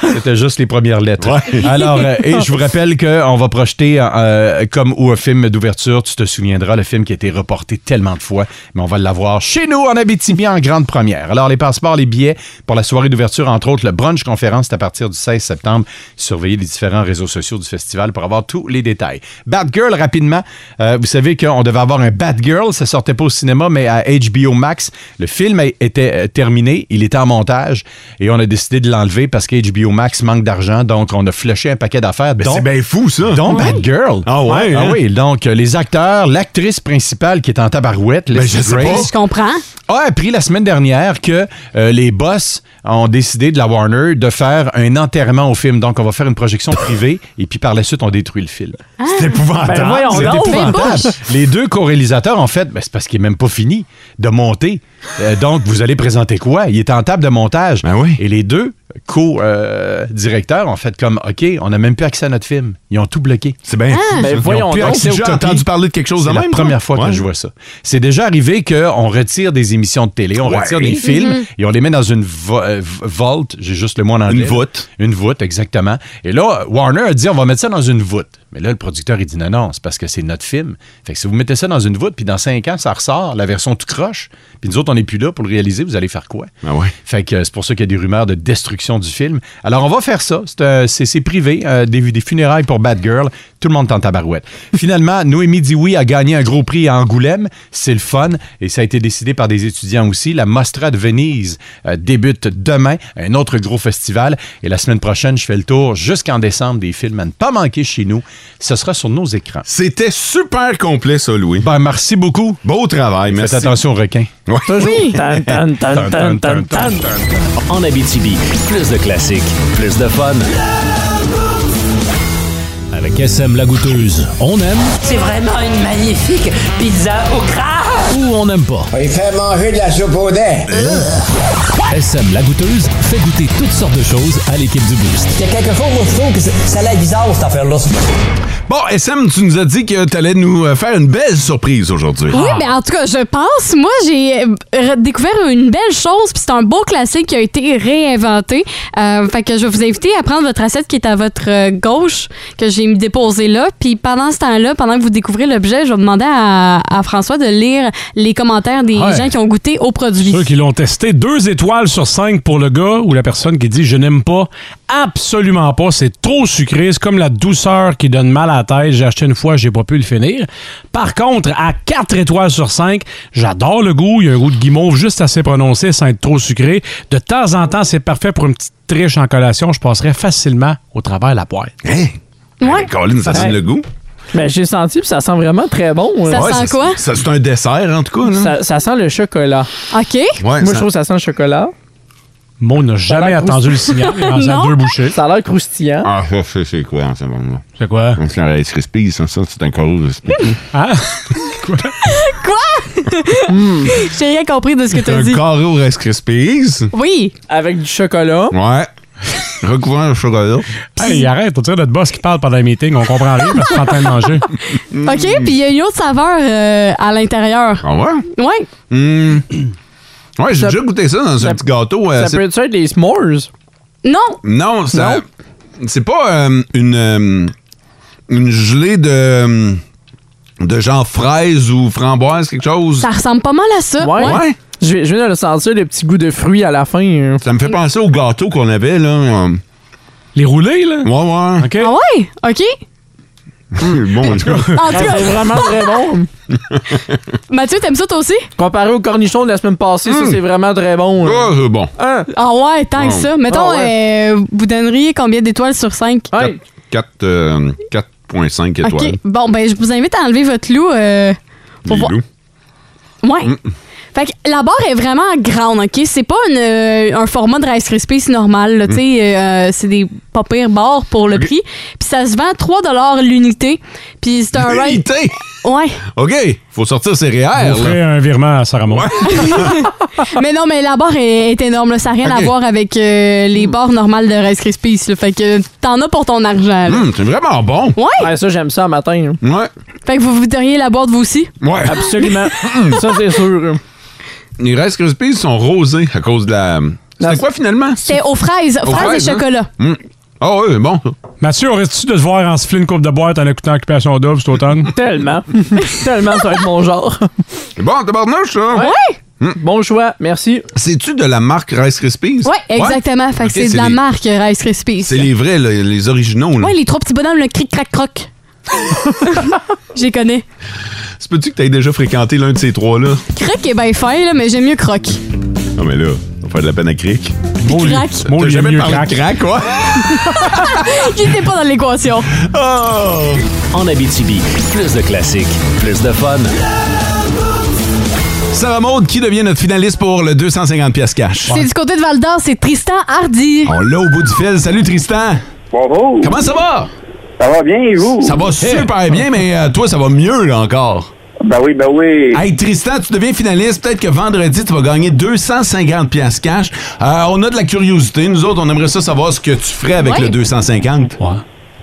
C'était juste les premières lettres. Alors, euh, et je vous rappelle qu'on va projeter, euh, comme ou un film d'ouverture, tu te souviendras, le film qui a été reporté tellement de fois, mais on va l'avoir chez nous en Abitibi en grande première. Alors, les passeports, les billets pour la soirée d'ouverture, entre autres, le brunch conférence, c'est à partir du 16 septembre. Surveillez les différents réseaux sociaux du festival pour avoir tous les détails. Batgirl, rapidement, euh, vous savez qu'on devait avoir un Batgirl, ça sortait pas au cinéma, mais à HBO Max. Le film a- était euh, terminé, il était en montage et on a décidé de l'enlever parce que HBO Max manque d'argent, donc on a flushé un paquet d'affaires.
Ben,
dont-
c'est bien fou, ça.
dont Batgirl.
Ah ouais, hein?
oui. Donc, euh, les acteurs, l'actrice principale qui est en tabarouette,
Ben,
Leslie
je sais
Grace,
Je comprends.
a appris la semaine dernière que euh, les boss ont décidé de la Warner de faire un enterrement au film. Donc, on va faire une projection privée et puis par la suite, on détruit le film.
C'est épouvantable.
Ben voyons
C'est
donc.
épouvantable.
Mais Les deux co-réalisateurs, en fait, ben, c'est parce qu'il n'est même pas fini de monter. Euh, donc, vous allez présenter quoi? Il est en table de montage.
Ben
Et les deux co-directeurs ont fait comme, OK, on n'a même plus accès à notre film. Ils ont tout bloqué. C'est bien.
Ah! Ben, voyons donc. J'ai entendu parler de quelque chose de
C'est la
même, toi?
première fois que
Ouais.
je vois ça. C'est déjà arrivé qu'on retire des émissions de télé, on
Ouais.
retire des films
Mhm.
et on les met dans une vo- euh, v- vault, j'ai juste le mot en anglais.
Une voûte.
Une voûte, exactement. Et là, Warner a dit, on va mettre ça dans une voûte. Mais là, le producteur, il dit, non, non, c'est parce que c'est notre film. Fait que si vous mettez ça dans une voûte, puis dans cinq ans, ça ressort, la version tout croche, puis nous autres, on n'est plus là pour le réaliser, vous allez faire quoi?
Ah
Fait que euh, c'est pour ça qu'il y a des rumeurs de destruction du film. Alors, on va faire ça. C'est, euh, C'est c'est privé, euh, des, des funérailles pour Bad Girl. Tout le monde tente à barouette. Finalement, Noémie Dioui a gagné un gros prix à Angoulême. C'est le fun et ça a été décidé par des étudiants aussi. La Mostra de Venise euh, débute demain, un autre gros festival. Et la semaine prochaine, je fais le tour jusqu'en décembre des films à ne pas manquer chez nous. Ce sera sur nos écrans.
C'était super complet, ça, Louis.
Ben, merci beaucoup.
Beau travail, merci.
Faites attention aux requins.
Oui.
En Abitibi, plus de classiques, plus de fun.
Avec SM La Goûteuse, on aime
C'est vraiment une magnifique pizza au crâne.
ou on n'aime pas.
Il fait manger de la soupe au dent.
SM La Goûteuse fait goûter toutes sortes de choses à l'équipe du Boost.
Il y a quelque chose où je trouve que c'est- ça a l'air bizarre, cette affaire-là.
Bon, SM, tu nous as dit que tu allais nous euh, faire une belle surprise aujourd'hui. Ah.
Oui,
ben,
mais en tout cas, je pense, moi, j'ai euh, re- découvert une belle chose, puis c'est un beau classique qui a été réinventé. Euh, fait que je vais vous inviter à prendre votre assiette qui est à votre euh, gauche, que j'ai mis déposée là. Puis pendant ce temps-là, pendant que vous découvrez l'objet, je vais demander à, à François de lire les commentaires des
Ouais.
gens qui ont goûté au produit.
Ceux qui l'ont testé, deux étoiles étoiles sur cinq pour le gars ou la personne qui dit je n'aime pas, absolument pas, c'est trop sucré, c'est comme la douceur qui donne mal à la tête. J'ai acheté une fois, j'ai pas pu le finir. Par contre, à quatre étoiles sur cinq, j'adore le goût, il y a un goût de guimauve juste assez prononcé sans être trop sucré. De temps en temps, c'est parfait pour une petite triche en collation, je passerais facilement au travers de la boîte.
Hein?
Ouais.
Colin, ça
Ouais.
donne le goût.
Mais Ben, j'ai senti, puis ça sent vraiment très bon. euh.
Ça
Ouais,
sent quoi?
Ça, c'est un dessert, en tout cas. là.
Ça, ça sent le chocolat.
OK.
Moi, je trouve que ça sent le chocolat.
Mon n'a jamais attendu le signal, il en faisait Non. deux bouchées.
Ça a l'air croustillant.
Ah, ça, c'est- c'est quoi en ce moment-là?
C'est quoi?
C'est un Rice Krispies, ça, ça, c'est un Corus Krispies.
Ah!
Quoi?
Hmm.
J'ai rien compris de ce que tu as
un
dit.
carré au Rice Krispies.
Oui.
Avec du chocolat.
Ouais. Recouvert de chocolat.
Hey, arrête, on dirait notre boss qui parle pendant les meetings, on comprend rien parce qu'on est en train de manger.
OK, puis il y a une autre saveur euh, à l'intérieur.
Ah ouais?
Ouais.
Hum. Ouais, j'ai
Ça-
déjà goûté ça dans un
ça-
petit gâteau. euh,
ça
c'est-
peut être des s'mores.
Non.
Non, ça. C'est pas euh, une, euh, une gelée de. euh, de genre fraise ou framboise, quelque chose.
Ça ressemble pas mal à ça.
Ouais.
Ouais.
Je, viens- je viens de le sentir, le petit goût de fruits à la fin. hein.
Ça me fait penser au gâteau qu'on avait, là. euh,
Les roulés, là?
Ouais, ouais.
OK.
Ah ouais? OK.
bon, en tout cas.
En tout cas-
C'est vraiment très bon.
Mathieu, t'aimes ça toi aussi?
Comparé au cornichon de la semaine passée,
Hmm.
ça, c'est vraiment très bon.
Ah, c'est bon.
Hein?
Ah ouais, tant que
Ah.
ça. Mettons,
Ah
euh, vous donneriez combien d'étoiles sur 5?
Quatre, euh, 4.5 étoiles.
OK. Bon, ben, je vous invite à enlever votre loup. euh, pour
Les
voir-
loups.
Ouais.
Mm.
Fait que la barre est vraiment grande, OK? C'est pas une, euh, un format de Rice Krispies normal, là, tu
Hmm.
sais. euh, c'est des pas pires barres pour le prix. Puis ça se vend 3 l'unité. Puis c'est un Rice-
L'unité?
Ouais.
OK, faut sortir ses
On
REER,
ferait
là.
un virement à Sarah Maud.
mais non, mais la barre est, est énorme. là. Ça n'a rien
Ok. Hmm.
à voir avec euh, les barres normales de Rice Krispies. là. Fait que t'en as pour ton argent. là.
Hum, c'est vraiment bon.
Ouais.
Ouais, ça, j'aime ça le matin. hein.
Ouais.
Fait que vous voudriez la boîte, vous aussi?
Ouais.
Absolument. ça, c'est sûr.
Les Rice Krispies sont rosés à cause de la. C'était quoi finalement?
C'est aux fraises.
Aux
Fraises,
fraises,
et
hein?
chocolat.
Hum. Ah oui, bon.
Mathieu, on reste-tu de se voir en siffler une coupe de boîte en écoutant Occupation Double cet automne?
Tellement. Tellement, ça va être mon genre.
C'est bon, tabarnouche, ça. Hmm.
Ouais.
Bon choix, merci.
C'est-tu de la marque Rice Krispies?
Ouais, exactement. Fait que
Ok,
c'est de la
les-
marque euh, Rice Krispies.
C'est les vrais, là, les originaux. Là.
Ouais, les trois petits bonhommes, le cric, crac, croc. J'y connais.
C'est peux-tu que t'aies déjà fréquenté l'un de ces trois-là?
Cric est bien fin, là, mais j'aime mieux croc.
Non, mais là, on va faire de la peine à cric.
Puis crack.
T'as
il
jamais
aime mieux
parlé de crack, quoi?
Qui n'était pas dans l'équation.
En Abitibi, plus de classiques, plus de fun.
Sarah Maud, qui devient notre finaliste pour le 250 pièces cash?
C'est du côté de Val d'Or, c'est Tristan Hardy.
On l'a au bout du fil. Salut Tristan!
Bonjour!
Comment ça va?
Ça va bien et vous?
Ça va super bien, mais euh, toi, ça va mieux là encore.
Ben oui, ben oui.
Hey Tristan, tu deviens finaliste. Peut-être que vendredi, tu vas gagner 250 pièces cash. Euh, on a de la curiosité. Nous autres, on aimerait ça savoir ce que tu ferais avec
Ouais.
le 250.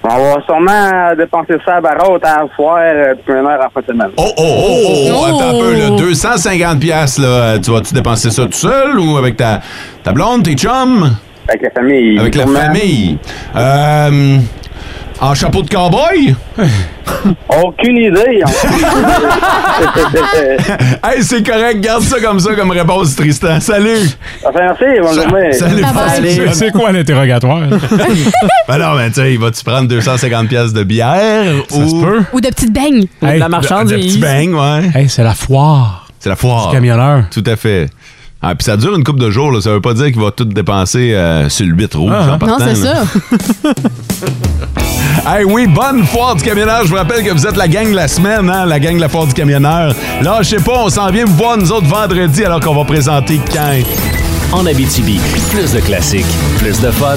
On va sûrement dépenser ça à Barotte à soir, euh, puis une heure en fin de semaine.
Oh, oh, oh, oh, oh,
Oh!
attends un peu, là. 250 pièces là, euh, tu vas-tu dépenser ça tout seul ou avec ta, ta blonde, tes chums?
Avec la famille.
Avec la
sûrement.
famille. Euh, en chapeau de cowboy?
Aucune idée.
hey, c'est correct, garde ça comme ça comme réponse, Tristan. Salut!
merci, bonne
Sa-
journée.
Salut,
Bye bye.
C'est- C'est quoi l'interrogatoire?
Ben non, mais tu sais, il va-tu prendre 250 pièces de bière ou...
Ou de petites beignes.
De, de petits bangs, ouais.
c'est la foire.
C'est la foire.
Du camionneur.
Tout à fait. Ah, puis ça dure une couple de jours, là. ça veut pas dire qu'il va tout dépenser euh, sur le 8 rouge
Ah,
en
Non,
partant.
c'est
là.
ça.
Hey oui, bonne foire du camionneur. Je vous rappelle que vous êtes la gang de la semaine, hein, la gang de la foire du camionneur. Là, je sais pas, on s'en vient vous voir nous autres vendredi alors qu'on va présenter quand.
En Abitibi, plus de classiques, plus de fun.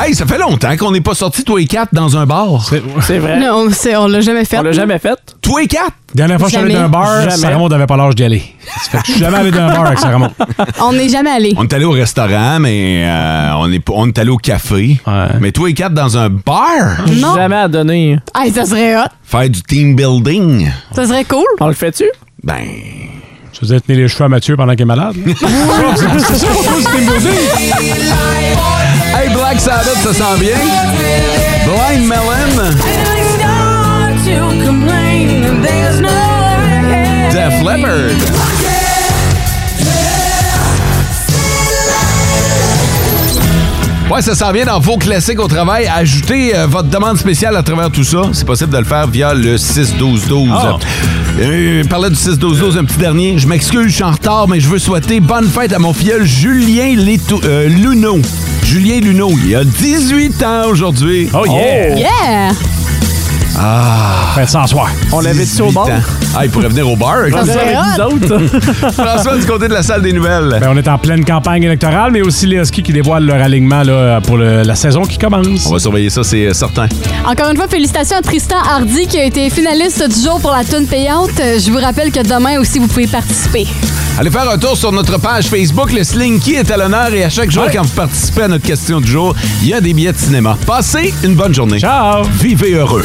Hey, ça fait longtemps qu'on n'est pas sortis tous les quatre dans un bar.
C'est vrai.
Non, on sait- on l'a jamais fait. On
l'a jamais fait.
Tous les quatre?
Dernière fois que je suis allé
Jamais.
dans un bar,
Jamais.
Sarah Maud n'avait pas l'âge d'y aller. Ça fait que Je suis jamais allé dans un bar avec Sarah Maud.
On n'est jamais allé.
On est allé au restaurant, mais euh, on, est, on est allé au café. Mais tous les quatre dans un bar?
Non.
Jamais à donner.
Hey, ça serait hot.
Faire du team building?
Ça serait cool.
On Ah, le fait-tu?
Ben.
Tu faisais tenir les cheveux à Mathieu pendant qu'il est malade?
Hey, Black Sabbath, ça sent bien? Blind Melon? Def Leppard? Ouais, ça s'en vient dans vos classiques au travail. Ajoutez euh, votre demande spéciale à travers tout ça. C'est possible de le faire via le 6-12-12.
Ah.
Euh, je parlais du 6-12-12 un petit dernier. Je m'excuse, je suis en retard, mais je veux souhaiter bonne fête à mon filleul Julien Létou- euh, Luneau. Julien Luneau, il a 18 ans aujourd'hui. Oh
Yeah!
Ah! Faites ça en soir.
On l'avait-tu au bar?
Ah, il pourrait venir au bar.
Ça
écoute.
serait hot.
François, du côté de la salle des nouvelles.
Ben, on est en pleine campagne électorale, mais aussi les skis qui dévoilent leur alignement là, pour le- la saison qui commence.
On va surveiller ça, c'est euh, certain.
Encore une fois, félicitations à Tristan Hardy qui a été finaliste du jour pour la toune payante. Euh, Je vous rappelle que demain aussi, vous pouvez participer.
Allez faire un tour sur notre page Facebook. Le Slinky est à l'honneur et à chaque jour, quand vous participez à notre question du jour, il y a des billets de cinéma. Passez une bonne journée.
Ciao!
Vivez heureux.